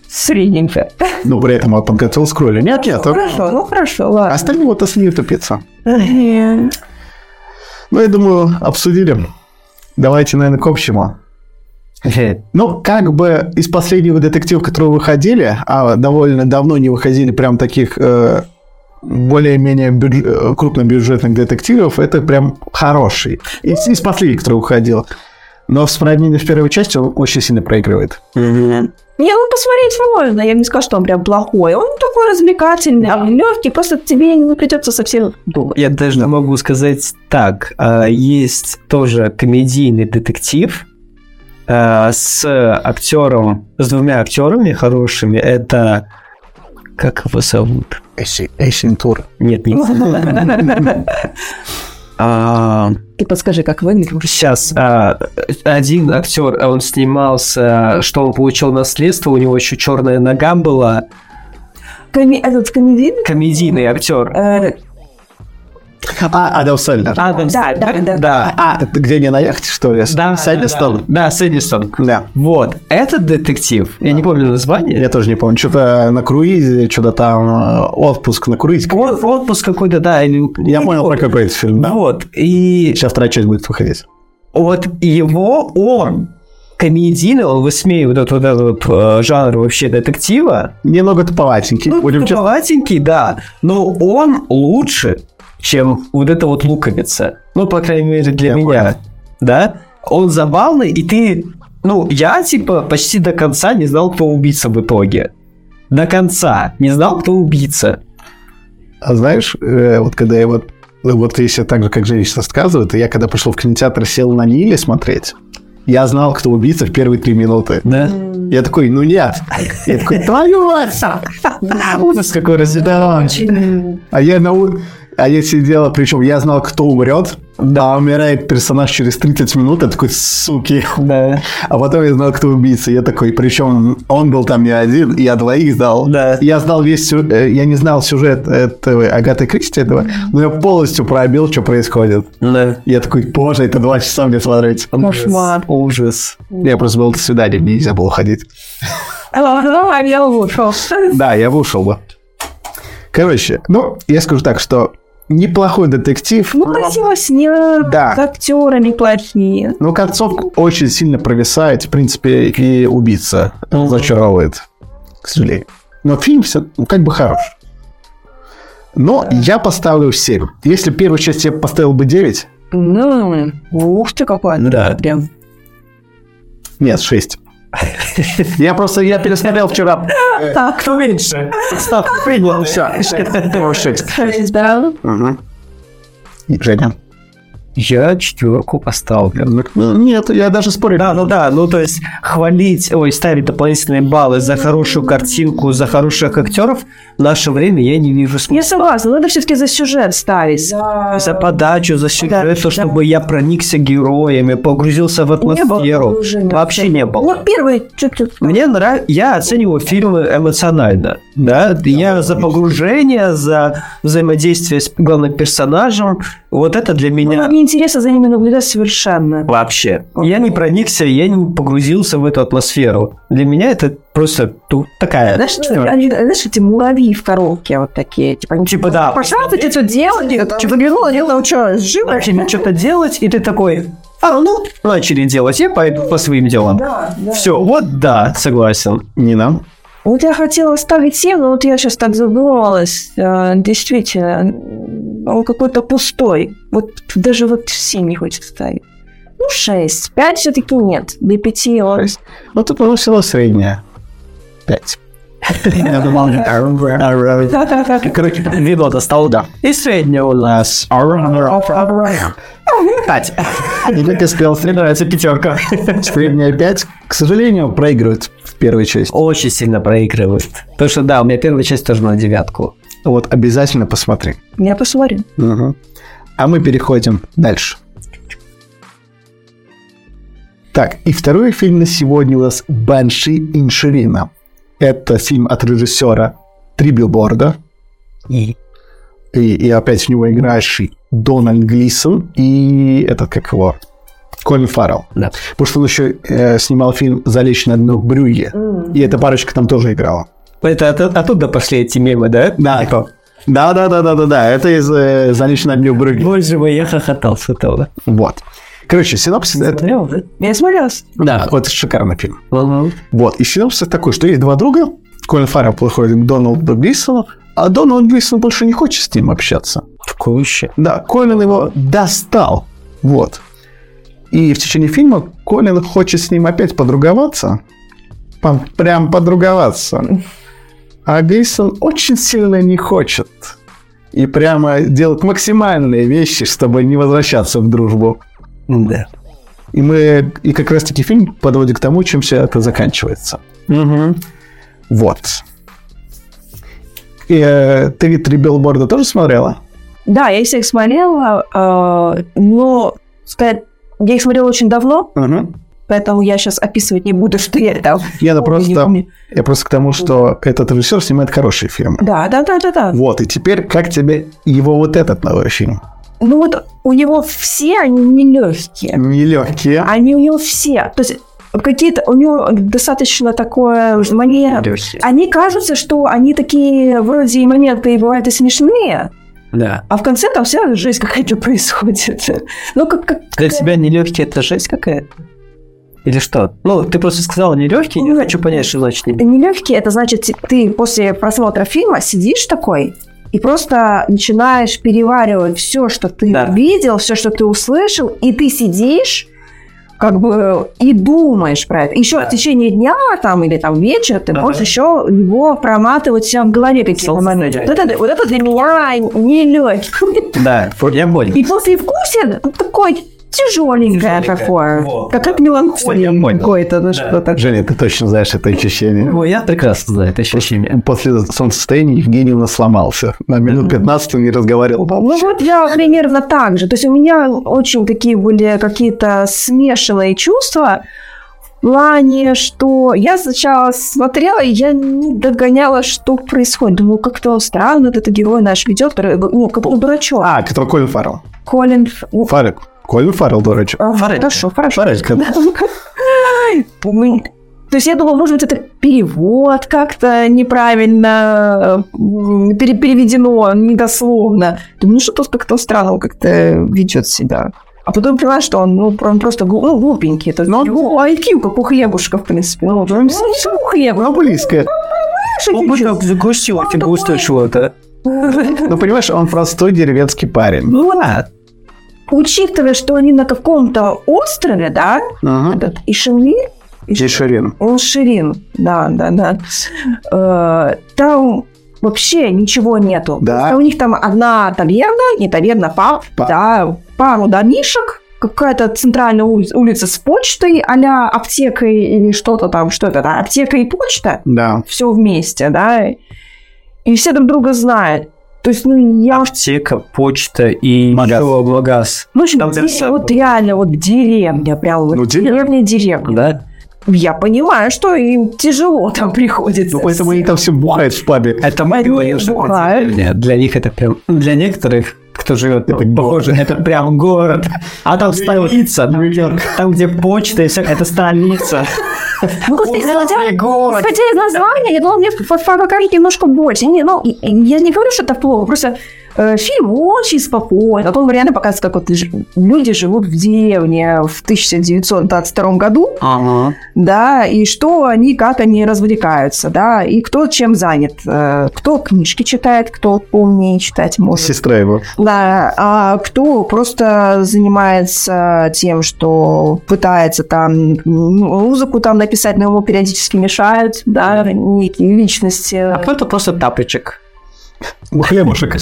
[SPEAKER 2] средненькая.
[SPEAKER 1] Ну, при этом он подготовил скролли. Нет, нет. он-
[SPEAKER 2] Хорошо, ну хорошо, ладно.
[SPEAKER 1] Остальные вот остальные тупица.
[SPEAKER 2] Э,
[SPEAKER 1] Ну, я думаю, обсудили. Давайте, наверное, к общему.
[SPEAKER 3] Э,
[SPEAKER 1] Ну, как бы из последнего детектива, которые выходили, а довольно давно не выходили прям таких э, более-менее бюдж- э, крупнобюджетных детективов, это прям хороший. Из, из последних, который выходил. Но в сравнении с первой частью он очень сильно проигрывает.
[SPEAKER 2] Не, ну посмотреть можно, я бы не скажу, что он прям плохой. Он такой развлекательный, легкий, просто тебе не придется совсем думать.
[SPEAKER 3] Я даже могу сказать так. а, Есть тоже комедийный детектив а, с актером, с двумя актерами хорошими. Это... Как его зовут?
[SPEAKER 1] Эйси- Эйсин Тур.
[SPEAKER 3] Нет, не... А,
[SPEAKER 2] Ты подскажи, как выглядит?
[SPEAKER 3] Сейчас а, один актер, а он снимался, что он получил наследство, у него еще черная нога была.
[SPEAKER 2] Коми... Этот комедийный?
[SPEAKER 3] Комедийный актер.
[SPEAKER 2] Э,
[SPEAKER 1] А, Адам Сэндлер.
[SPEAKER 3] Адам
[SPEAKER 2] да, да, да.
[SPEAKER 3] Да,
[SPEAKER 1] А, это где не на яхте, что ли?
[SPEAKER 3] да,
[SPEAKER 1] Сэндлер стал?
[SPEAKER 3] Да, с Эдисон.
[SPEAKER 1] Да.
[SPEAKER 3] Вот, этот детектив, я не помню название.
[SPEAKER 1] Я тоже не помню, что-то на круизе, что-то там э, отпуск на круизе.
[SPEAKER 3] От- отпуск какой-то, да. или-
[SPEAKER 1] Я понял, про
[SPEAKER 3] Вот.
[SPEAKER 1] какой это фильм, да?
[SPEAKER 3] Вот, и
[SPEAKER 1] Сейчас вторая часть будет выходить.
[SPEAKER 3] вот его он комедийный, он высмеивает вот этот вот, э, жанр вообще детектива,
[SPEAKER 1] Немного туповатенький.
[SPEAKER 3] Ну,
[SPEAKER 1] будем честны.
[SPEAKER 3] туповатенький, да, но он лучше, чем вот эта вот луковица. Ну, по крайней мере, для
[SPEAKER 1] Я
[SPEAKER 3] меня.
[SPEAKER 1] понял.
[SPEAKER 3] Да? Он забавный, и ты... Ну, я, типа, почти до конца не знал, кто убийца в итоге. До конца не знал, кто убийца.
[SPEAKER 1] А знаешь, э, вот когда я вот ну, вот если так же, как женщина рассказывает, я когда пришел в кинотеатр, сел на Ниле смотреть, я знал, кто убийца в первые три минуты.
[SPEAKER 3] Да?
[SPEAKER 1] Я такой, ну нет. Я такой, твою мать!
[SPEAKER 3] Ужас какой разъедавающий.
[SPEAKER 1] А я на у- А я сидела, причем я знал, кто умрет, да, умирает персонаж через 30 минут, я такой, суки.
[SPEAKER 3] Да.
[SPEAKER 1] А потом я знал, кто убийца, я такой, причем он был там не один, я двоих знал.
[SPEAKER 3] Да.
[SPEAKER 1] Я знал весь, сю- э, я не знал сюжет этого Агаты Кристи этого, но я полностью пробил, что происходит.
[SPEAKER 3] Да.
[SPEAKER 1] Я такой, боже, это два часа мне смотреть.
[SPEAKER 2] Кошмар.
[SPEAKER 3] Ужас.
[SPEAKER 1] Я просто был до свидания, мне нельзя было ходить.
[SPEAKER 2] А я ушел.
[SPEAKER 1] Да, я бы ушел бы. Короче, ну, я скажу так, что неплохой детектив.
[SPEAKER 2] Ну, красиво снят,
[SPEAKER 1] Да.
[SPEAKER 2] с актерами плохие.
[SPEAKER 1] Ну, концовка очень сильно провисает, в принципе, и убийца
[SPEAKER 3] Мгм.
[SPEAKER 1] зачаровывает, к сожалению. Но фильм все ну, как бы хорош. Но я поставлю 7. Если первую часть я поставил бы 9,
[SPEAKER 2] Ну, ух ты какой.
[SPEAKER 3] ну Да.
[SPEAKER 2] Прям.
[SPEAKER 1] нет, 6. Я просто, я пересмотрел вчера.
[SPEAKER 3] Э.
[SPEAKER 2] Так.
[SPEAKER 3] Кто меньше? Ставку принял. Все. Шесть.
[SPEAKER 2] Да.
[SPEAKER 1] Мгм. Женя.
[SPEAKER 3] Я четверку поставлю.
[SPEAKER 1] Ну, Нет, я даже спорю.
[SPEAKER 3] Да, ну да, ну то есть хвалить, ой, ставить дополнительные баллы за хорошую картинку, за хороших актеров в наше время я не вижу
[SPEAKER 2] Я
[SPEAKER 3] смысла.
[SPEAKER 2] согласна, надо все-таки за сюжет ставить. За...
[SPEAKER 3] За подачу, за сюжет, то, чтобы я проникся героями, погрузился в
[SPEAKER 2] Не было
[SPEAKER 3] атмосферу.
[SPEAKER 2] погружения.
[SPEAKER 3] Вообще не было.
[SPEAKER 2] Вот первый чуть-чуть.
[SPEAKER 3] Мне нравится, я оцениваю фильмы эмоционально, да, я за погружение, за взаимодействие с главным персонажем, вот это для меня
[SPEAKER 2] Мне интересно за ними наблюдать совершенно.
[SPEAKER 3] вообще. Я не проникся, я не погрузился в эту атмосферу. Для меня это просто ту- такая...
[SPEAKER 2] Знаешь,
[SPEAKER 3] четверка.
[SPEAKER 2] они- знаешь, эти муравьи в коробке вот такие. Типа, они
[SPEAKER 3] Типа, да.
[SPEAKER 2] Пошла ты что делать? Типа, ну, дело, что, живо?
[SPEAKER 3] начали что-то делать, и ты такой, а, ну, начали делать, я пойду по своим делам.
[SPEAKER 2] Да, да.
[SPEAKER 3] Все, вот да, согласен.
[SPEAKER 1] Нина.
[SPEAKER 2] Вот я хотела ставить 7, но вот я сейчас так задумалась. э, Действительно, он какой-то пустой. Вот даже вот 7 не хочется ставить. Ну, 6. 5 все-таки нет. До 5 он...
[SPEAKER 1] Шесть. Ну, ты получила среднее. 5. Я думал,
[SPEAKER 3] Короче, вино достал, да. И среднее у нас. Кстати,
[SPEAKER 1] И как я сказал,
[SPEAKER 3] мне нравится пятерка.
[SPEAKER 1] средняя 5, к сожалению, проигрывает в первой части.
[SPEAKER 3] Очень сильно проигрывает. Потому что, да, у меня первая часть тоже на девятку.
[SPEAKER 1] Вот обязательно посмотри.
[SPEAKER 2] Я посмотрю.
[SPEAKER 1] А мы переходим дальше. Так, и второй фильм на сегодня у нас «Банши Инширина». Это фильм от режиссера «Три билборда».
[SPEAKER 3] И
[SPEAKER 1] И, и опять в него играющий Дональд Глисон и этот, как его, Колин Фаррелл.
[SPEAKER 3] да.
[SPEAKER 1] Потому что он еще э, снимал фильм «Залечь на дно брюги». И эта парочка там тоже играла.
[SPEAKER 3] Это от- оттуда пошли эти мемы, да?
[SPEAKER 1] Да,
[SPEAKER 3] Типа.
[SPEAKER 1] да, да, да, да, да, да. Это из э, «Залечь на дно брюги».
[SPEAKER 3] Боже мой, я хохотал с этого.
[SPEAKER 1] Вот. Короче, синопсис... Это,
[SPEAKER 3] Смотрел, да?
[SPEAKER 2] Я смотрелась.
[SPEAKER 1] да, вот шикарный фильм.
[SPEAKER 3] Мгм.
[SPEAKER 1] Вот. И синопсис такой, что есть два друга. Колин Фаррелл подходит к Доналду Глисону, а Дональд Глисон больше не хочет с ним общаться.
[SPEAKER 3] Вкуще.
[SPEAKER 1] Да, Колин его достал. Вот. И в течение фильма Колин хочет с ним опять подруговаться, по- прям подруговаться. А Гейсон очень сильно не хочет. И прямо делает максимальные вещи, чтобы не возвращаться в дружбу.
[SPEAKER 3] Да.
[SPEAKER 1] И мы и как раз-таки фильм подводит к тому, чем все это заканчивается. Вот. И, э, ты три билборда тоже смотрела?
[SPEAKER 2] Да, я всех смотрела, э, но сказать, я их смотрела очень давно, поэтому я сейчас описывать не буду, что я там.
[SPEAKER 1] Я да
[SPEAKER 2] помню,
[SPEAKER 1] просто-
[SPEAKER 2] не помню.
[SPEAKER 1] Я просто к тому, что этот режиссер снимает хорошие фильмы.
[SPEAKER 2] Да, да, да, да, да.
[SPEAKER 1] Вот, и теперь как тебе его вот этот новый фильм?
[SPEAKER 2] Ну вот у него все они нелегкие.
[SPEAKER 1] Нелегкие.
[SPEAKER 2] Они у него все. То есть какие-то у него достаточно такое мне они кажутся, что они такие вроде и моменты и бывают и смешные,
[SPEAKER 3] Да.
[SPEAKER 2] а в конце там вся жизнь какая-то происходит. Ну, как, как
[SPEAKER 3] Для тебя нелегкий это жесть какая? Или что? Ну, ты просто сказала нелегкий, я
[SPEAKER 2] Ну,
[SPEAKER 3] хочу понять, что значит нелегкий.
[SPEAKER 2] нелегкие, это значит, ты после просмотра фильма сидишь такой и просто начинаешь переваривать все, что ты
[SPEAKER 3] Да.
[SPEAKER 2] видел, все, что ты услышал, и ты сидишь как бы и думаешь про это. Еще в течение дня там или там вечера ты
[SPEAKER 3] Ага.
[SPEAKER 2] можешь еще его проматывать себя в голове какие-то
[SPEAKER 3] Солнце
[SPEAKER 2] моменты. Вот
[SPEAKER 3] садится.
[SPEAKER 2] это, вот это для меня нелегкий.
[SPEAKER 3] Да, я понял.
[SPEAKER 2] И после вкуса такой тяжеленькое
[SPEAKER 3] Тяжеленькое.
[SPEAKER 2] такое.
[SPEAKER 3] Во.
[SPEAKER 2] Как, как
[SPEAKER 3] Кстати, я
[SPEAKER 2] меланхолия
[SPEAKER 3] понял.
[SPEAKER 2] какое-то, ну, что-то.
[SPEAKER 1] Женя, ты точно знаешь это ощущение.
[SPEAKER 3] Ой, я прекрасно знаю это
[SPEAKER 2] Ну,
[SPEAKER 3] ощущение.
[SPEAKER 1] После солнцестояния Евгений у нас сломался. На минут 15 он не разговаривал
[SPEAKER 2] Ну
[SPEAKER 1] вообще.
[SPEAKER 2] вот я примерно так же. То есть у меня очень такие были какие-то смешанные чувства. В плане, что я сначала смотрела, и я не догоняла, что происходит. Думаю, как-то странно этот герой наш ведет, который, ну, как бы дурачок.
[SPEAKER 1] А, который Колин Фаррелл.
[SPEAKER 2] Колин... Ф- ну,
[SPEAKER 1] Фаррелл. Колин Фаррелл, дурачок.
[SPEAKER 2] а,
[SPEAKER 3] Фаррель.
[SPEAKER 2] Хорошо, хорошо.
[SPEAKER 1] Фаррелл, ну, как-
[SPEAKER 2] Ой, То есть я думала, может быть, это перевод как-то неправильно м, пере- переведено, недословно. Думаю, ну что-то как-то странно он как-то ведет себя. А потом поняла, что он, ну, он просто глу- ну, глупенький. То есть
[SPEAKER 1] Ну, он-
[SPEAKER 2] его IQ, как у хлебушка, в принципе. Ну, он совсем хлеб,
[SPEAKER 1] Ну, близко.
[SPEAKER 2] ну,
[SPEAKER 3] бы так загустил
[SPEAKER 2] Он
[SPEAKER 3] фигуристо
[SPEAKER 2] такой.
[SPEAKER 3] чего-то.
[SPEAKER 1] Ну, понимаешь, он простой деревенский парень.
[SPEAKER 3] Ну да.
[SPEAKER 2] Учитывая, что они на каком-то острове, да,
[SPEAKER 1] Ага.
[SPEAKER 2] этот Ишимли,
[SPEAKER 1] Здесь Ширин.
[SPEAKER 2] Он Ширин, да, да, да. Э, Там вообще ничего нету.
[SPEAKER 1] Да.
[SPEAKER 2] Просто У них там одна таверна, не таверна, пар,
[SPEAKER 1] Па-
[SPEAKER 2] да, пару домишек, какая-то центральная ули- улица с почтой, а аптекой или что-то там, что это, да, аптека и почта,
[SPEAKER 1] Да.
[SPEAKER 2] все вместе, да, и все друг друга знают. То есть, ну, я уж...
[SPEAKER 3] Аптека, почта и
[SPEAKER 1] Магаз.
[SPEAKER 3] еще магаз.
[SPEAKER 2] Ну, в общем,
[SPEAKER 3] Там
[SPEAKER 2] де-
[SPEAKER 3] всё
[SPEAKER 2] вот реально, вот деревня, прям вот
[SPEAKER 1] Ну, деревня.
[SPEAKER 2] деревня-деревня.
[SPEAKER 3] Да?
[SPEAKER 2] Я понимаю, что им тяжело там приходится.
[SPEAKER 1] Ну, поэтому они там все бухают в пабе.
[SPEAKER 3] Это мы
[SPEAKER 2] Они
[SPEAKER 3] говорим, что это
[SPEAKER 2] бухают.
[SPEAKER 3] деревня. Для них это прям... Для некоторых, кто живет, это похоже, это прям город. А там столица, там, где- там, где почта и все, это столица.
[SPEAKER 2] Ну, господи, хотя-
[SPEAKER 3] город.
[SPEAKER 2] хотя из названия, но мне по- по- покажет немножко больше. Не, ну, и- и я не говорю, что это плохо, просто э, фильм очень спокойный. А то он реально показывает, как вот ж- люди живут в деревне в 1922 году,
[SPEAKER 3] Ага.
[SPEAKER 2] да, и что они, как они развлекаются, да, и кто чем занят, э, кто книжки читает, кто поумнее читать может.
[SPEAKER 1] Сестра его.
[SPEAKER 2] Да, а кто просто занимается тем, что пытается там м, музыку там написать, но ему периодически мешают, да, некие личности.
[SPEAKER 3] А кто-то просто тапочек.
[SPEAKER 1] Хлебушек.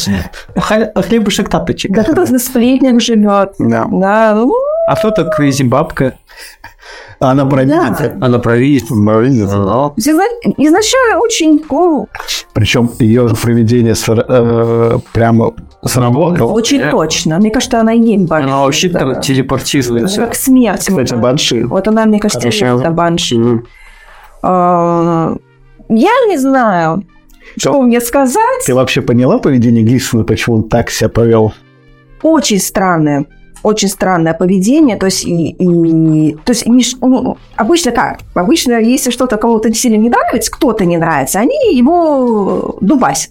[SPEAKER 3] Ха- Хлебушек тапочек.
[SPEAKER 2] Да, кто-то на сплетнях живет,
[SPEAKER 1] Да.
[SPEAKER 2] да, ну,
[SPEAKER 3] А кто-то Зимбабка.
[SPEAKER 1] А Она
[SPEAKER 2] Да.
[SPEAKER 1] провидится.
[SPEAKER 3] Она провидит.
[SPEAKER 1] Провидится.
[SPEAKER 3] Ну,
[SPEAKER 2] изна- изначально очень, ну,
[SPEAKER 1] Причем ее проведение сра- э, прямо сработало.
[SPEAKER 2] очень
[SPEAKER 3] я-
[SPEAKER 2] точно. Мне кажется, она и не
[SPEAKER 3] Она вообще там
[SPEAKER 2] Она
[SPEAKER 3] телепортируется.
[SPEAKER 2] как смерть.
[SPEAKER 1] Кстати,
[SPEAKER 2] вот.
[SPEAKER 1] Банши.
[SPEAKER 2] Вот она, мне кажется,
[SPEAKER 1] Хорошая.
[SPEAKER 2] это банши.
[SPEAKER 3] Мгм.
[SPEAKER 2] А, Я не знаю, что мне сказать.
[SPEAKER 1] Ты вообще поняла поведение Глисона, почему он так себя повел?
[SPEAKER 2] очень странное, очень странное поведение. То есть, и, и- то есть не ш- ну, обычно как? Обычно, если что-то кому-то сильно не нравится, кто-то не нравится, они его дубасят.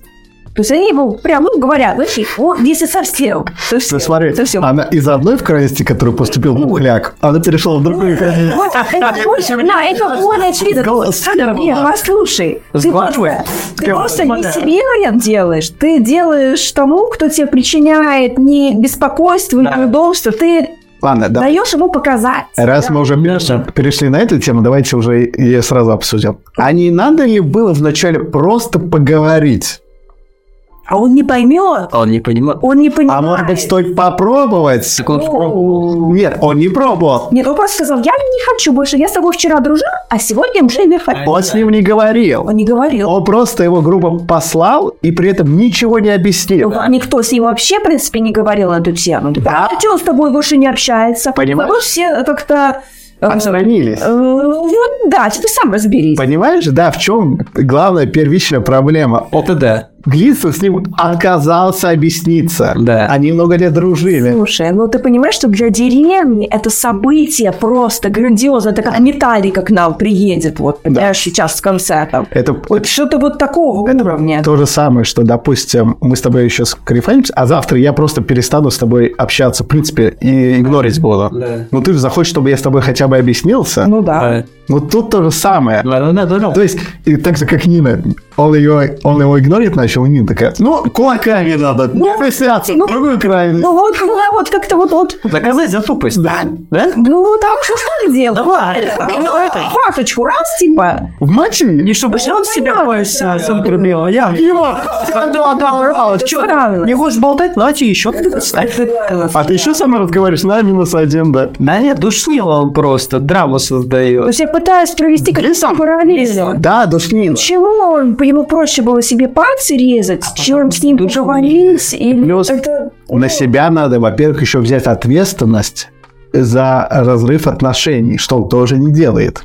[SPEAKER 2] То есть они ему прям ну, говорят, вообще, о, если совсем, совсем,
[SPEAKER 1] Ну, смотри,
[SPEAKER 2] совсем.
[SPEAKER 1] она из одной крайности, которую поступил Мухляк, она перешла в другую крайность.
[SPEAKER 2] Вот, это больше- да, это более очевидно.
[SPEAKER 3] Голос.
[SPEAKER 2] Не, послушай, ты
[SPEAKER 3] Сглаживай.
[SPEAKER 2] просто, ты просто не себе вред делаешь, ты делаешь тому, кто тебе причиняет не беспокойство, не
[SPEAKER 3] Да.
[SPEAKER 2] неудобство, ты
[SPEAKER 1] Ладно, да.
[SPEAKER 2] Даешь ему показать.
[SPEAKER 1] Раз
[SPEAKER 2] Да.
[SPEAKER 1] мы уже
[SPEAKER 3] Конечно.
[SPEAKER 1] перешли на эту тему, давайте уже ее сразу обсудим. А не надо ли было вначале просто поговорить?
[SPEAKER 2] А он не поймет.
[SPEAKER 3] Он не понимал.
[SPEAKER 2] Он не понимает.
[SPEAKER 1] А может быть, стоит попробовать?
[SPEAKER 3] Так он
[SPEAKER 2] Ну.
[SPEAKER 3] пробовал.
[SPEAKER 1] Нет, он не пробовал.
[SPEAKER 2] Нет, он просто сказал, я не хочу больше, я с тобой вчера дружил, а сегодня уже не хочу.
[SPEAKER 1] Он с ним не говорил.
[SPEAKER 2] Он не говорил.
[SPEAKER 1] Он просто его грубо послал и при этом ничего не объяснил.
[SPEAKER 2] Никто с ним вообще, в принципе, не говорил на эту тему.
[SPEAKER 1] Да.
[SPEAKER 2] А что он с тобой больше не общается?
[SPEAKER 1] Понимаешь?
[SPEAKER 2] Потому что все как-то... э,
[SPEAKER 1] Отстранились.
[SPEAKER 2] э, ну да, ты сам разберись.
[SPEAKER 1] Понимаешь, да, в чем главная первичная проблема?
[SPEAKER 3] Это да.
[SPEAKER 1] Глицин с ним отказался объясниться.
[SPEAKER 3] Да.
[SPEAKER 1] Они много лет дружили.
[SPEAKER 2] Слушай, ну ты понимаешь, что для деревни это событие просто грандиозно. Это как Металлика к нам приедет, вот, понимаешь, сейчас с концертом.
[SPEAKER 1] Это
[SPEAKER 2] Вот что-то вот такого уровня.
[SPEAKER 1] то же самое, что, допустим, мы с тобой еще скрифаемся, а завтра я просто перестану с тобой общаться, в принципе, и игнорить буду.
[SPEAKER 3] Да.
[SPEAKER 1] Ну, ты же захочешь, чтобы я с тобой хотя бы объяснился.
[SPEAKER 2] Ну да.
[SPEAKER 3] Да,
[SPEAKER 1] Вот тут то же самое.
[SPEAKER 3] да, да, да, да.
[SPEAKER 1] То есть, и так же, как Нина, он, ее, он его игнорит начал, и Нина такая, ну, кулаками надо, не присяться,
[SPEAKER 2] ну,
[SPEAKER 1] другую крайность.
[SPEAKER 2] Ну вот, ну, вот как-то вот, вот,
[SPEAKER 3] Доказать за тупость. Да. Да?
[SPEAKER 2] ну так что ж так делать?
[SPEAKER 1] Ну,
[SPEAKER 3] Давай. Ну, Давай.
[SPEAKER 2] Фасочку раз, типа.
[SPEAKER 1] В матче?
[SPEAKER 3] Не чтобы он себя боялся, сам прибил. А Я его. Да, да, да.
[SPEAKER 2] Чё,
[SPEAKER 3] Чё,
[SPEAKER 2] нравилось?
[SPEAKER 3] Не хочешь болтать? Ну, Давайте еще.
[SPEAKER 1] А ты еще со мной разговариваешь? На, минус один, да.
[SPEAKER 3] Да нет, душнил он просто, драму
[SPEAKER 2] То
[SPEAKER 3] создает.
[SPEAKER 2] есть я пытаюсь провести какие-то параллели.
[SPEAKER 1] Да, душнила.
[SPEAKER 2] Чего он? Ему проще было себе пальцы резать,
[SPEAKER 1] А,
[SPEAKER 2] чем с ним поговорить. И
[SPEAKER 1] Плюс-
[SPEAKER 2] это-
[SPEAKER 1] На себя надо, во-первых, еще взять ответственность за разрыв отношений, что он тоже не делает.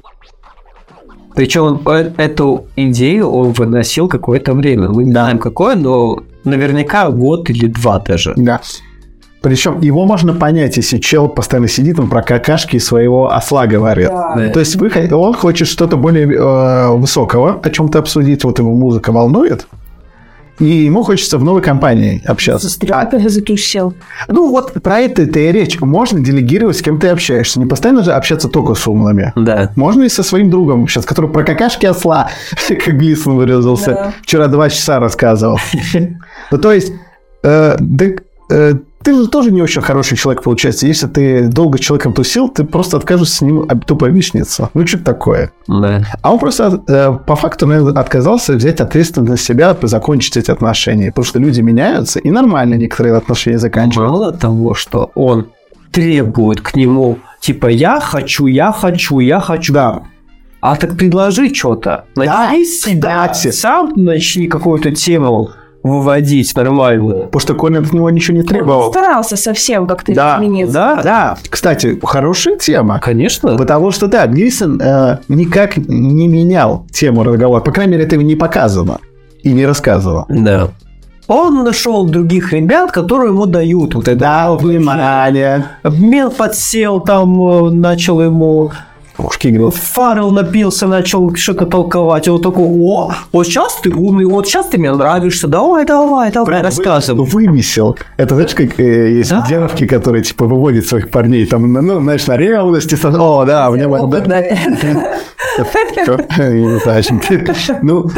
[SPEAKER 3] Причем э, эту идею он выносил какое-то время. Мы не знаем какое, но наверняка год или два даже.
[SPEAKER 1] Да. Причем его можно понять, если чел постоянно сидит, он про какашки и своего осла говорит.
[SPEAKER 3] Да.
[SPEAKER 1] То есть вы хо- он хочет что-то более э, высокого, о чем-то обсудить, вот его музыка волнует, и ему хочется в новой компании общаться.
[SPEAKER 2] Как я затусил.
[SPEAKER 1] Ну вот про это и речь. Можно делегировать, с кем ты общаешься. Не постоянно же общаться только с умными.
[SPEAKER 3] Да.
[SPEAKER 1] Можно и со своим другом сейчас, который про какашки осла, как Глисон выразился,
[SPEAKER 2] Да.
[SPEAKER 1] вчера два часа рассказывал. Ну, то есть, э, да, э, ты же тоже не очень хороший человек, получается. Если ты долго с человеком тусил, ты просто откажешься с ним об- тупо объясниться. Ну, что такое?
[SPEAKER 3] Да.
[SPEAKER 1] А он просто э, по факту наверное, отказался взять ответственность на себя и закончить эти отношения. Потому что люди меняются, и нормально некоторые отношения заканчиваются.
[SPEAKER 3] Мало того, что он требует к нему, типа, я хочу, я хочу, я хочу.
[SPEAKER 1] Да.
[SPEAKER 3] А так предложи что-то. Начни с себя.
[SPEAKER 1] кстати.
[SPEAKER 3] Сам начни какую-то тему выводить нормальную.
[SPEAKER 1] Потому что Колин от него ничего не
[SPEAKER 2] Он
[SPEAKER 1] требовал.
[SPEAKER 2] старался совсем как-то измениться.
[SPEAKER 3] да,
[SPEAKER 1] Да, кстати, хорошая тема.
[SPEAKER 3] Конечно.
[SPEAKER 1] Потому что, да, Гильсон э, никак не менял тему разговора. По крайней мере, это не показано и не рассказывал.
[SPEAKER 3] Да. Он нашел других ребят, которые ему дают вот это.
[SPEAKER 1] Да, внимание.
[SPEAKER 3] Мел подсел, там э, начал ему...
[SPEAKER 1] Ушки говорил.
[SPEAKER 3] Фаррелл напился, начал что-то толковать. И он такой, о, вот сейчас ты умный, вот сейчас ты мне нравишься. Давай, давай, давай, рассказывай.
[SPEAKER 1] Вымесил. Это, знаешь, как э, есть
[SPEAKER 3] Да.
[SPEAKER 1] девушки, которые, типа, выводят своих парней, там, на- ну, знаешь, на ревности. со- О, да, у меня...
[SPEAKER 2] Ну,
[SPEAKER 1] вот- да». Не знаю, чем ты- Ну,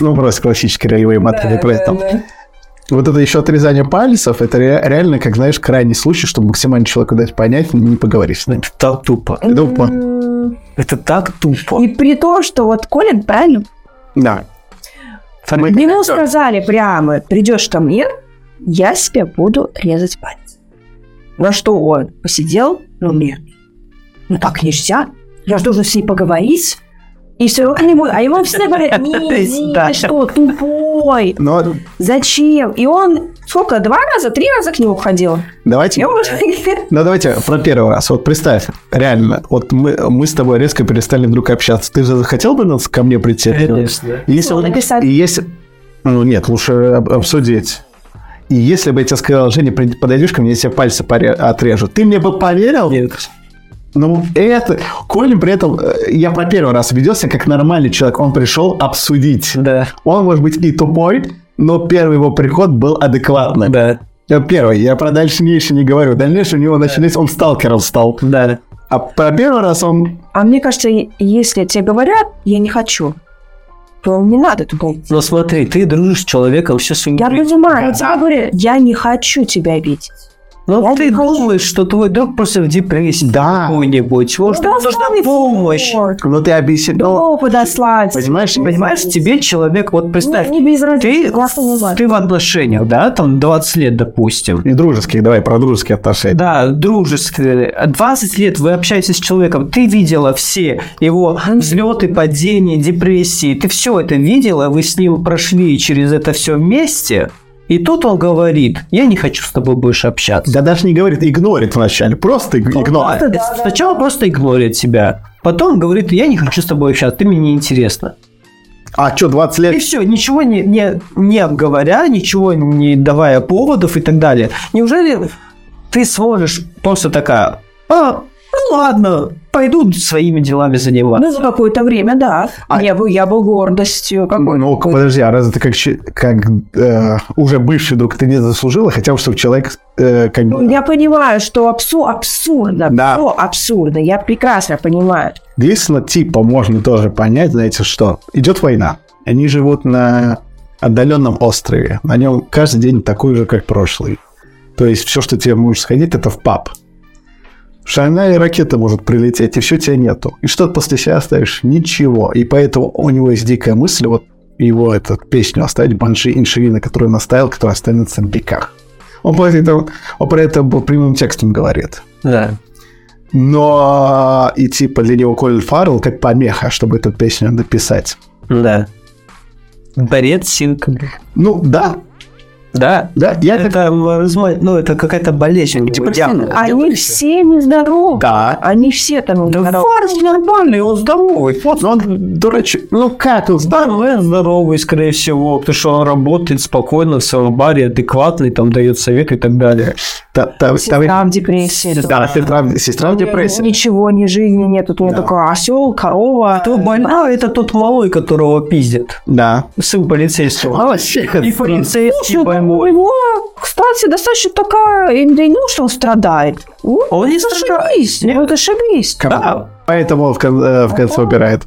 [SPEAKER 1] ну, просто классические ролевые модели про это. Вот это еще отрезание пальцев, это ре- реально, как, знаешь, крайний случай, чтобы максимально человеку дать понять, не поговоришь с ним.
[SPEAKER 3] Это так тупо.
[SPEAKER 1] Ну, по-
[SPEAKER 2] М,
[SPEAKER 3] Это так тупо.
[SPEAKER 2] И при том, что вот Колин, правильно?
[SPEAKER 1] Да. Мы-
[SPEAKER 2] Ему сказали прямо, придешь ко мне, я себе буду резать палец. На что он посидел, ну нет, ну так нельзя, я же должен с ней поговорить. И все равно ему, а ему все говорят, не, иди,
[SPEAKER 3] Да.
[SPEAKER 2] ты что, тупой,
[SPEAKER 1] Но
[SPEAKER 2] зачем? И он сколько, два раза, три раза к нему ходил.
[SPEAKER 1] давайте...
[SPEAKER 2] И он уже-
[SPEAKER 1] Ну, давайте про первый раз. Вот представь, реально, вот мы, мы с тобой резко перестали вдруг общаться. Ты же захотел бы нас ко мне прийти? Если
[SPEAKER 2] Ну,
[SPEAKER 1] бы-
[SPEAKER 2] написать.
[SPEAKER 1] и если... Ну, нет, лучше об- обсудить. И если бы я тебе сказал, Женя, при- подойдешь ко мне, я тебе пальцы поре- отрежу. Ты мне бы поверил?
[SPEAKER 3] Нет.
[SPEAKER 1] Ну, это... Колин при этом... э, Я про первый раз ведется как нормальный человек. Он пришел обсудить.
[SPEAKER 3] Да.
[SPEAKER 1] Он, может быть, и тупой, но первый его приход был адекватный.
[SPEAKER 3] Да.
[SPEAKER 1] Я Первый, я про дальнейшее не говорю. Дальнейшее у него начались, он сталкером стал.
[SPEAKER 3] Да.
[SPEAKER 1] А про первый раз он...
[SPEAKER 2] А мне кажется, е- если тебе говорят, я не хочу, то не надо тупо
[SPEAKER 3] Но смотри, ты дружишь с человеком, все
[SPEAKER 2] Я
[SPEAKER 3] свинья.
[SPEAKER 2] понимаю, я тебе говорю, я не хочу тебя обидеть.
[SPEAKER 3] Но
[SPEAKER 2] Я
[SPEAKER 3] ты
[SPEAKER 2] не хочу.
[SPEAKER 3] думаешь, что твой друг просто в депрессии
[SPEAKER 1] Да.
[SPEAKER 3] какой-нибудь. Может, ему нужна помощь.
[SPEAKER 1] Ну ты объяснил.
[SPEAKER 2] О, подослать.
[SPEAKER 1] Понимаешь?
[SPEAKER 3] Понимаешь, тебе человек, вот представь,
[SPEAKER 2] Ну, Не, не без
[SPEAKER 3] ты,
[SPEAKER 2] разницы, классно бывает.
[SPEAKER 3] ты в отношениях, да, там 20 лет, допустим.
[SPEAKER 1] И дружеских, давай, про дружеские отношения.
[SPEAKER 3] Да, дружеские. 20 лет вы общаетесь с человеком, ты видела все его взлеты, падения, депрессии, ты все это видела, вы с ним прошли через это все вместе, и тут он говорит, я не хочу с тобой больше общаться.
[SPEAKER 1] Да даже не говорит, игнорит вначале. Просто
[SPEAKER 3] Ну,
[SPEAKER 1] иг- игнорит.
[SPEAKER 3] Да, Сначала просто игнорит тебя, потом говорит, я не хочу с тобой общаться, ты мне не интересно.
[SPEAKER 1] А что, 20
[SPEAKER 3] И
[SPEAKER 1] лет?
[SPEAKER 3] все, ничего не, не, не обговоря, ничего не давая поводов и так далее. Неужели ты сможешь просто такая, а, ну ладно, пойду своими делами заниматься.
[SPEAKER 2] Ну, за какое-то время, да.
[SPEAKER 1] А-
[SPEAKER 2] Я, бы, я бы гордостью какой
[SPEAKER 1] Ну, подожди, а разве ты как, щи- как э, уже бывший друг, ты не заслужила, хотя бы, чтобы человек э, как бы...
[SPEAKER 2] Я понимаю, что абсу- абсурдно,
[SPEAKER 1] Да.
[SPEAKER 2] всё абсурдно, я прекрасно понимаю.
[SPEAKER 1] Действительно, типа можно тоже понять, знаете что? Идет война. Они живут на отдаленном острове. На нем каждый день такой же, как прошлый. То есть все, что тебе может сходить, это в паб. Шальная ракета может прилететь, и все тебя нету. И что ты после себя оставишь? Ничего. И поэтому у него есть дикая мысль, вот его эту песню оставить, Банши Инширина, которую он оставил, которая останется в веках. Он, поэтому, он про это был прямым текстом говорит.
[SPEAKER 3] Ну, Да.
[SPEAKER 1] Но и типа для него Колин Фаррелл как помеха, чтобы эту песню написать.
[SPEAKER 3] Да. Борец синк.
[SPEAKER 1] Ну, да,
[SPEAKER 3] Да.
[SPEAKER 1] да, я так...
[SPEAKER 3] Это, маразма- ну, это какая-то болезнь. у него, диагноз.
[SPEAKER 2] Они все нездоровы.
[SPEAKER 1] Да.
[SPEAKER 2] Они все там
[SPEAKER 3] Да Ну,
[SPEAKER 2] нездоровы.
[SPEAKER 3] Фаррелл нормальный, он здоровый. Вот
[SPEAKER 1] Но он дурачок. Ну, как он
[SPEAKER 3] Да, он здоровый, скорее всего, потому что он работает спокойно в своем баре, адекватный, там дает советы и так далее.
[SPEAKER 1] Та- та- та-
[SPEAKER 2] Сестра в депрессии. Ну,
[SPEAKER 1] Да, сестра, сестра в депрессии.
[SPEAKER 2] Ничего, ни жизни нет. Тут у меня
[SPEAKER 1] Да.
[SPEAKER 2] такой осел, корова. Ну,
[SPEAKER 3] Кто больна, это тот малой, которого пиздит.
[SPEAKER 1] Да.
[SPEAKER 3] Сын полицейского.
[SPEAKER 1] вообще,
[SPEAKER 3] А, И ну, полицейский поймут.
[SPEAKER 2] его, кстати, достаточно такая, я не думаю, что он страдает. Ну, Вот,
[SPEAKER 3] Он не
[SPEAKER 2] ошибись, вот ошибись.
[SPEAKER 3] Да.
[SPEAKER 1] Поэтому он в кон- э, в конце убирает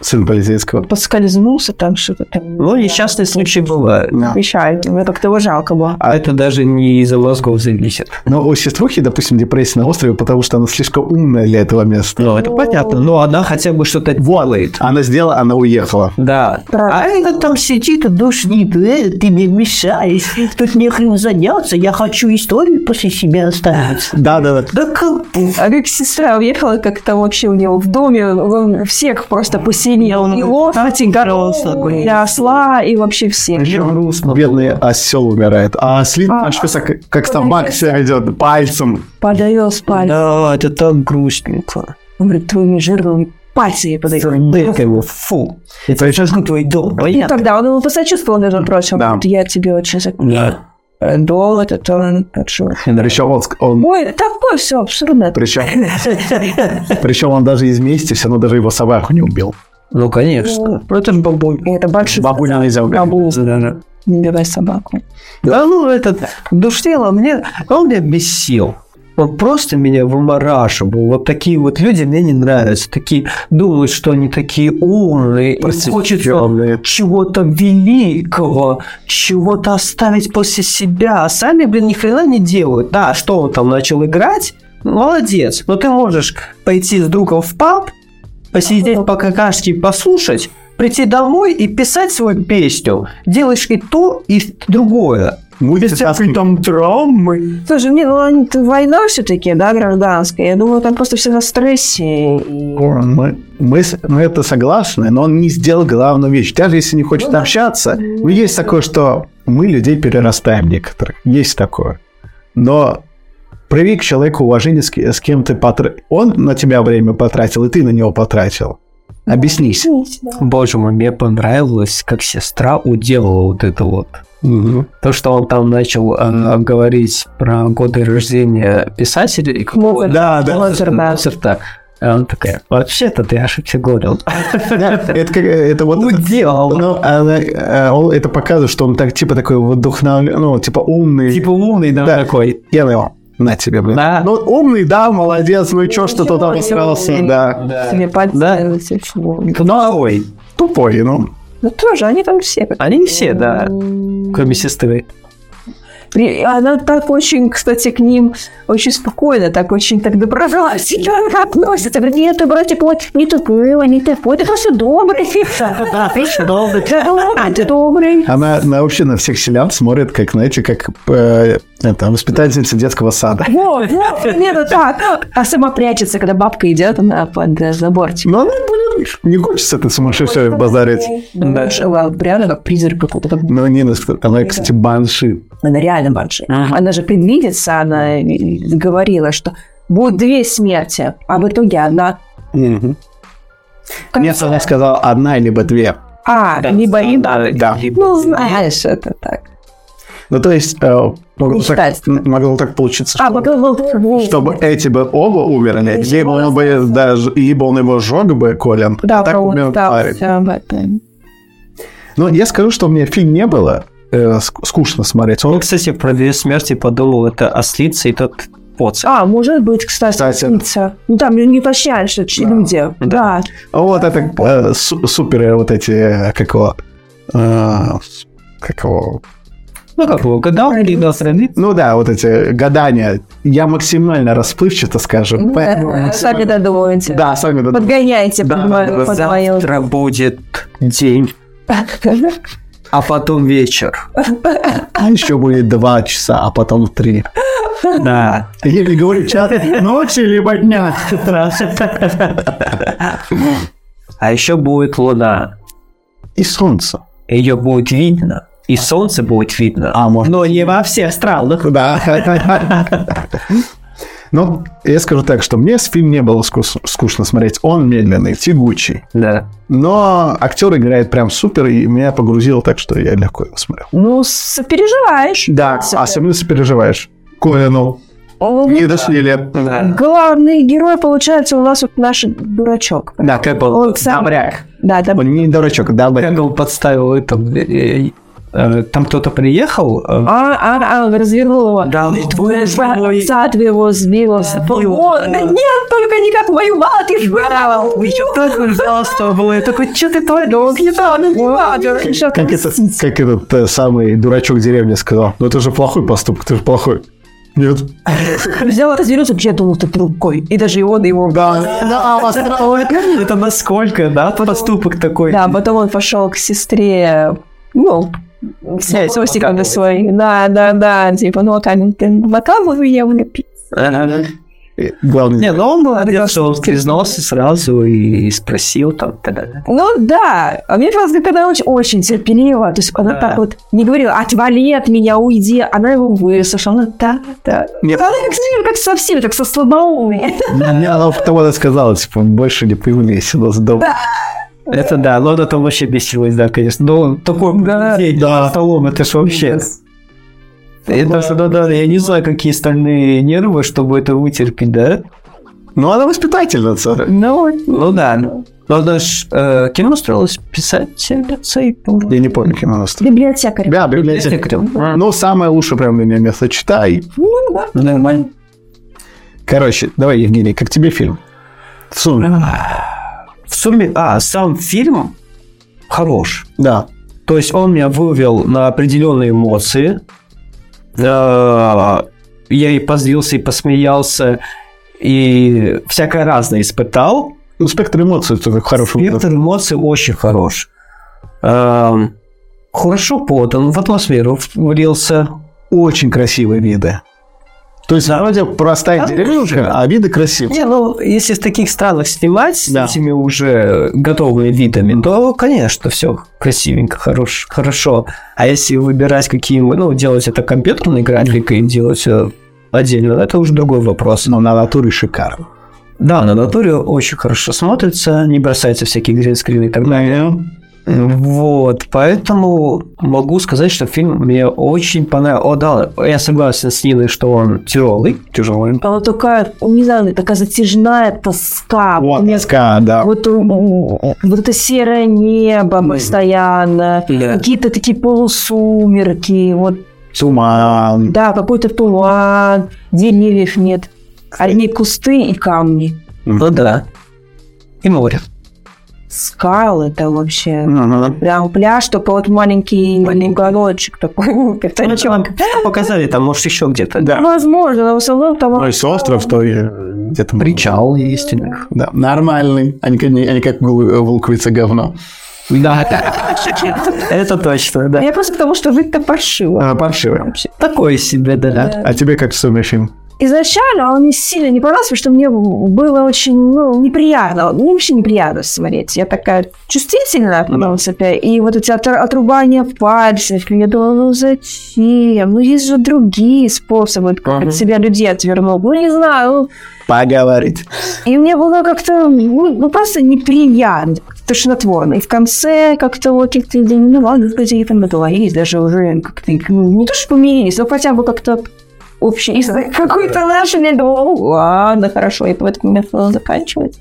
[SPEAKER 1] сын полицейского.
[SPEAKER 2] Подскользнулся там что-то там.
[SPEAKER 3] Ну, несчастные случаи бывают.
[SPEAKER 1] Да.
[SPEAKER 2] Обещают, мне как-то его жалко было.
[SPEAKER 3] А это даже не из-за мозгов зависит.
[SPEAKER 1] Но у сеструхи, допустим, депрессия на острове, потому что она слишком умная для этого места.
[SPEAKER 3] Ну, это понятно. Но она хотя бы что-то делает.
[SPEAKER 1] Она сделала, она уехала.
[SPEAKER 3] Да.
[SPEAKER 2] Правда.
[SPEAKER 3] А это там сидит и душнит. Э, ты мне мешаешь. Тут нехрен заняться. Я хочу историю после себя оставить.
[SPEAKER 1] Да, да, да.
[SPEAKER 3] Да как бы.
[SPEAKER 2] А как сестра уехала, как там вообще у него в доме, он всех просто посинел. Его,
[SPEAKER 3] Кстати, грустно,
[SPEAKER 2] и осла, и вообще всех.
[SPEAKER 3] грустно.
[SPEAKER 1] Бедный осел умирает. А слит
[SPEAKER 2] А,
[SPEAKER 1] наш высоко, как собака себя ведет пальцем.
[SPEAKER 2] Подавил спальню.
[SPEAKER 3] Да, это так грустненько.
[SPEAKER 2] Он говорит, твоими жирными пальцами ей подавил.
[SPEAKER 3] Дырка его, фу. Это сейчас твой дом,
[SPEAKER 2] И
[SPEAKER 3] понятно?
[SPEAKER 2] тогда он его посочувствовал, между прочим.
[SPEAKER 1] Да.
[SPEAKER 2] Говорит, Я тебе очень
[SPEAKER 3] Да.
[SPEAKER 2] дол, это то, это что».
[SPEAKER 1] Причем он, ск- он-
[SPEAKER 2] Ой, такое все абсурдно.
[SPEAKER 1] причем, причем он даже из мести все равно даже его собаку не убил.
[SPEAKER 3] Ну, конечно. Это же бабуль.
[SPEAKER 2] И это большой
[SPEAKER 1] Бабуля нельзя убить.
[SPEAKER 3] Да,
[SPEAKER 2] не убивай собаку.
[SPEAKER 3] ну, этот душнило мне, он меня бесил. Он просто меня выморашивал. Вот такие вот люди мне не нравятся. Такие думают, что они такие умные. Им хочется
[SPEAKER 1] Просвещенные.
[SPEAKER 3] чего-то великого, чего-то оставить после себя. А сами, блин, ни хрена не делают. Да, что он там начал играть? Ну, Молодец. Но ты можешь пойти с другом в паб, посидеть по какашке, послушать, прийти домой и писать свою песню. Делаешь и то, и другое. Без всякой
[SPEAKER 1] Мультитаскинг.
[SPEAKER 3] там травмы.
[SPEAKER 2] Слушай, мне, ну, они- это война все-таки, да, гражданская. Я думаю, там просто все на стрессе. и-
[SPEAKER 1] Мы, мы, с- мы это согласны, но он не сделал главную вещь. Даже если не хочет общаться, ну, есть такое, что мы людей перерастаем некоторых. Есть такое. Но прояви к человеку уважение, с, ке- с кем ты потратил. Он на тебя время потратил, и ты на него потратил.
[SPEAKER 3] Ну
[SPEAKER 1] Объяснись.
[SPEAKER 3] Боже мой, мне понравилось, как сестра уделала вот это вот. То, что он там начал э, говорить про годы рождения писателя и какого-
[SPEAKER 1] Да, да.
[SPEAKER 3] Моцарта. Моцарта. А он такая, вообще-то ты ошибся горел.
[SPEAKER 1] Это, как- это вот...
[SPEAKER 3] Уделал.
[SPEAKER 1] Ну, она- э, он- это показывает, что он так, типа, такой вдохновленный, ну, типа, умный.
[SPEAKER 3] Типа умный, да,
[SPEAKER 1] Да.
[SPEAKER 3] такой.
[SPEAKER 1] Я на его. На тебе, блин.
[SPEAKER 3] Да.
[SPEAKER 1] Ну, умный, да, молодец, ну и чё, что ты там
[SPEAKER 2] Ничего,
[SPEAKER 1] остался,
[SPEAKER 2] ничего.
[SPEAKER 1] да.
[SPEAKER 2] Тебе пальцы
[SPEAKER 3] Да.
[SPEAKER 2] э, все шло.
[SPEAKER 3] Ну, Тупой.
[SPEAKER 1] Тупой, ну.
[SPEAKER 2] Ну тоже, они там все. как-
[SPEAKER 3] Они все, да, кроме сестры.
[SPEAKER 2] При- Она так очень, кстати, к ним очень спокойно, так очень так доброжелательно относится. Говорит, нет, ты братик, вот не тупой, не тупой, ты просто добрый. Да, ты добрый.
[SPEAKER 1] Она на, вообще на всех селян смотрит, как, знаете, как э, это, воспитательница детского сада.
[SPEAKER 2] Вот, вот, примерно так. А сама прячется, когда бабка идет, она под э, заборчик.
[SPEAKER 1] Но она, блин, не хочется это сумасшедшее базарить.
[SPEAKER 2] Да, вот реально а, как призрак какой-то. как
[SPEAKER 1] Ну, Нина, ск- она, кстати, банши.
[SPEAKER 2] Она реально банши. Она же предвидится, она говорила, что будет две смерти, а в итоге одна. Как-
[SPEAKER 1] Нет, она сказала одна, либо две.
[SPEAKER 2] А, либо и да.
[SPEAKER 1] Да.
[SPEAKER 2] Ну, знаешь, это так.
[SPEAKER 1] Ну, то есть, э, могло, так,
[SPEAKER 2] Мечтательно.
[SPEAKER 1] могло так получиться,
[SPEAKER 2] А, вот, вот, вот.
[SPEAKER 1] чтобы эти бы оба умерли, либо он бы даже, либо он его сжег бы, Колин.
[SPEAKER 2] Да,
[SPEAKER 1] так
[SPEAKER 2] про
[SPEAKER 1] умер
[SPEAKER 2] да,
[SPEAKER 1] парень.
[SPEAKER 2] всё об этом.
[SPEAKER 1] Но я скажу, что мне фильм не было э, ск- скучно смотреть.
[SPEAKER 3] Ну,
[SPEAKER 1] Он,
[SPEAKER 3] кстати, про две смерти подумал, это ослица и тот поц.
[SPEAKER 2] А, может быть, кстати,
[SPEAKER 1] Кстати.
[SPEAKER 2] птица. Ну, там не прощаешься, это же люди. Да.
[SPEAKER 1] вот это э, су- супер, э, вот эти, э, как его, э, как его,
[SPEAKER 3] Ну, как его, гадал или на странице?
[SPEAKER 1] ну да, вот эти гадания. Я максимально расплывчато скажу. поэтому
[SPEAKER 2] Да, Сами
[SPEAKER 1] максимально-
[SPEAKER 2] додумываете.
[SPEAKER 1] Да, сами додумываете.
[SPEAKER 2] Подгоняйте под мою- под мою-
[SPEAKER 3] Завтра будет день, а потом вечер.
[SPEAKER 1] А еще будет два часа, а потом три.
[SPEAKER 3] Да.
[SPEAKER 1] Я не говорю час ночи либо дня.
[SPEAKER 3] А еще будет луна.
[SPEAKER 1] И солнце.
[SPEAKER 3] Ее будет видно. И солнце будет видно.
[SPEAKER 1] А, может.
[SPEAKER 3] Но не во всех странах.
[SPEAKER 1] Да. Ну, я скажу так, что мне с фильм не было скус- скучно смотреть. Он медленный, тягучий.
[SPEAKER 3] Да.
[SPEAKER 1] Но актер играет прям супер, и меня погрузило так, что я легко его смотрел.
[SPEAKER 2] Ну, сопереживаешь.
[SPEAKER 1] Да, А особенно сопереживаешь. Колину.
[SPEAKER 2] О,
[SPEAKER 1] Не дошли лет.
[SPEAKER 3] Да.
[SPEAKER 2] Главный герой, получается, у нас вот наш дурачок.
[SPEAKER 1] Да, как
[SPEAKER 2] Он сам- Да, да.
[SPEAKER 1] Он не дурачок, да, бы.
[SPEAKER 3] Кэгл подставил это. э, э, э, Там кто-то приехал. э,
[SPEAKER 2] А, а, а, развернул его.
[SPEAKER 3] Да, и твой, твой.
[SPEAKER 2] Отца его сбила. О, да нет, только не как мою мать, ты ж брал.
[SPEAKER 3] Только взял, что было. Я такой, что ты твой
[SPEAKER 2] Ну, не знаю, ну, не надо.
[SPEAKER 1] Как, это- как этот э, самый дурачок деревни сказал. Ну это же плохой поступок, ты же плохой. Нет.
[SPEAKER 2] Взял, развернулся, вообще думал, ты рукой. И даже и он его...
[SPEAKER 1] а
[SPEAKER 3] а Это насколько, да, поступок такой?
[SPEAKER 2] Да, потом он пошел к сестре, ну, с сосиками своей. Да, да, да, типа, ну, а как ты вокал я влепил?
[SPEAKER 3] Ага.
[SPEAKER 1] И Главное,
[SPEAKER 3] Э, Не, ну он молодец, что он признался сразу и спросил там. та-да-да.
[SPEAKER 2] Ну да, а мне кажется, когда очень, очень терпеливо, то есть она
[SPEAKER 3] Да.
[SPEAKER 2] так вот не говорила, отвали от меня, уйди, она его выслушала, она да, да.
[SPEAKER 1] Нет.
[SPEAKER 2] Она как, с- как со всеми, так со слабоумной.
[SPEAKER 1] мне она того она сказала, типа, больше не появляйся у нас дома.
[SPEAKER 3] Это да, Лода там вообще бесилась, да, конечно. Но он такой
[SPEAKER 2] Да.
[SPEAKER 3] день
[SPEAKER 1] Да.
[SPEAKER 3] за столом, это ж вообще... Это же, да, да, я не знаю, какие стальные нервы, чтобы это вытерпеть, да?
[SPEAKER 1] Ну она воспитательница.
[SPEAKER 3] Ну, ну да. Ну, она ж э, кино строилась писать лицей, по-моему.
[SPEAKER 1] Я не помню, кем она стала.
[SPEAKER 2] Библиотекарь.
[SPEAKER 1] Да, библиотека.
[SPEAKER 3] Секретарь.
[SPEAKER 1] Ну, самое лучшее прям для меня место. Читай.
[SPEAKER 3] Ну, Нормально.
[SPEAKER 1] Короче, давай, Евгений, как тебе фильм? В сумме.
[SPEAKER 3] В сумме, а, сам фильм хорош.
[SPEAKER 1] Да.
[SPEAKER 3] То есть он меня вывел на определенные эмоции. Э, Я и позлился, и посмеялся, и всякое разное испытал.
[SPEAKER 1] Ну, спектр эмоций это хороший.
[SPEAKER 3] Спектр эмоций очень хорош. Эм, Хорошо подан, в атмосферу влился.
[SPEAKER 1] Очень красивые виды. То есть, вроде простая
[SPEAKER 3] Да.
[SPEAKER 1] деревенька, а виды красивые.
[SPEAKER 3] Не, ну, если с таких странах снимать,
[SPEAKER 1] Да.
[SPEAKER 3] с этими уже готовыми видами, то, конечно, все красивенько, хорош, хорошо. А если выбирать какие, ну, делать это компьютерной графикой, делать э, отдельно, это уже другой вопрос.
[SPEAKER 1] Но на натуре шикарно.
[SPEAKER 3] Да, на натуре очень хорошо смотрится, не бросаются всякие гринскрины и так далее. Вот, поэтому могу сказать, что фильм мне очень понравился. О, да, я согласен с Ниной, что он тяжелый.
[SPEAKER 1] Тяжелый.
[SPEAKER 2] Она такая, ну, не знаю, такая затяжная тоска.
[SPEAKER 1] Вот,
[SPEAKER 2] У меня
[SPEAKER 1] ска, да.
[SPEAKER 2] Вот, у- у- вот это серое небо постоянно,
[SPEAKER 3] Да.
[SPEAKER 2] какие-то такие полусумерки, вот,
[SPEAKER 1] Туман.
[SPEAKER 2] да, какой-то туман, деревьев нет, одни кусты и камни.
[SPEAKER 3] Ну да. И Ну море.
[SPEAKER 2] скал, это а вообще...
[SPEAKER 1] Ну, ну, ну.
[SPEAKER 2] Прям пляж, только вот маленький городочек такой,
[SPEAKER 3] Ну, это
[SPEAKER 2] пятачок.
[SPEAKER 3] вам показали, там, может, еще где-то. Ну,
[SPEAKER 1] Да.
[SPEAKER 2] Возможно, но все равно там...
[SPEAKER 1] Ну, если остров, то и где-то...
[SPEAKER 3] Причал есть у них.
[SPEAKER 1] Да, нормальный. Они, как- они как в Луковице говно.
[SPEAKER 3] Да, Это точно, да.
[SPEAKER 2] Я просто потому, что жить-то паршиво.
[SPEAKER 1] А, паршивые.
[SPEAKER 3] Такой себе, да.
[SPEAKER 1] А тебе как с фильм?
[SPEAKER 2] Изначально он мне сильно не понравился, потому что мне было очень ну, неприятно. Мне вообще неприятно смотреть. Я такая чувствительная, в принципе. И вот эти отр- отрубания пальцев. Я думала, ну зачем? Ну есть же другие способы, как
[SPEAKER 1] Мгм.
[SPEAKER 2] от себя людей отвернул. Ну не знаю, ну,
[SPEAKER 1] Поговорить.
[SPEAKER 2] И мне было как-то ну, ну, просто неприятно, тошнотворно. И в конце как-то вот как-то, ну ладно, вроде там договорились, даже уже как-то ну, не то, что помирились, но хотя бы как-то общий язык какой-то наш, я думала, «Ну, ладно, хорошо, и в этот момент надо заканчивать.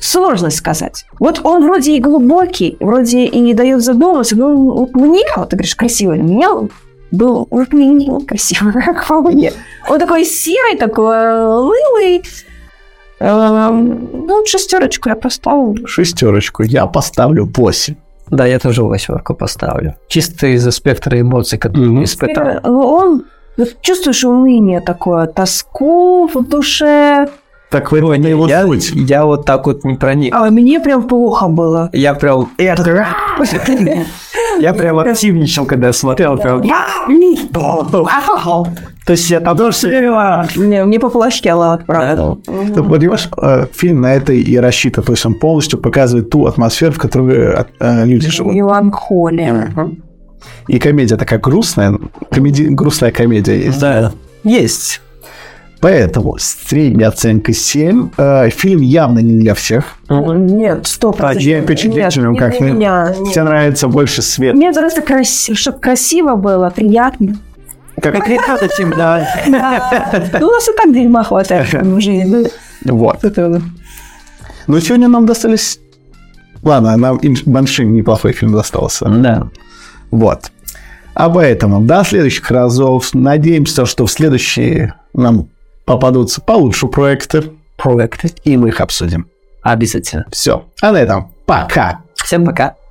[SPEAKER 2] Сложно сказать. Вот он вроде и глубокий, вроде и не дает задуматься, но вот мне, вот ты говоришь, красивый, мне был вот мне не красивый, как по мне. Он такой серый, такой э, лылый. Эм, Ну, шестерочку я поставила.
[SPEAKER 1] Шестерочку. Я поставлю 8.
[SPEAKER 3] Да, я тоже восьмерку поставлю. Чисто из-за спектра эмоций, которые
[SPEAKER 1] Мгм.
[SPEAKER 3] испытал.
[SPEAKER 2] Э, Он вот чувствуешь уныние такое, тоску в душе.
[SPEAKER 3] Так вы
[SPEAKER 1] его
[SPEAKER 3] я,
[SPEAKER 1] суть.
[SPEAKER 3] я вот так вот не проник.
[SPEAKER 2] А мне прям плохо было.
[SPEAKER 3] Я прям... Я такой, «А!» Я прям активничал, когда смотрел. Прям... То есть я там...
[SPEAKER 2] Мне, мне поплохело, вот правда.
[SPEAKER 1] Ну, Ты понимаешь, э, фильм на это и рассчитан. То есть он полностью показывает ту атмосферу, в которой э, э, люди живут.
[SPEAKER 2] Меланхолия.
[SPEAKER 1] И комедия такая грустная. комеди- Грустная комедия есть.
[SPEAKER 3] Да. Есть.
[SPEAKER 1] Поэтому средняя оценка 7. Э, Фильм явно не для всех.
[SPEAKER 2] Нет, стоп.
[SPEAKER 1] А я впечатлительным как
[SPEAKER 2] не для меня. нет.
[SPEAKER 1] Тебе нравится больше свет.
[SPEAKER 2] Мне просто красиво, чтобы красиво было, приятно.
[SPEAKER 3] Как ребята
[SPEAKER 2] Ну, у нас и так дерьма хватает в жизни.
[SPEAKER 1] Вот. Но сегодня нам достались... Ладно, нам им большим неплохой фильм достался.
[SPEAKER 3] Да.
[SPEAKER 1] Вот. А поэтому до следующих разов. Надеемся, что в следующие нам попадутся получше проекты,
[SPEAKER 3] Проекты.
[SPEAKER 1] и мы их обсудим.
[SPEAKER 3] Обязательно.
[SPEAKER 1] Все. А на этом пока.
[SPEAKER 3] Всем пока.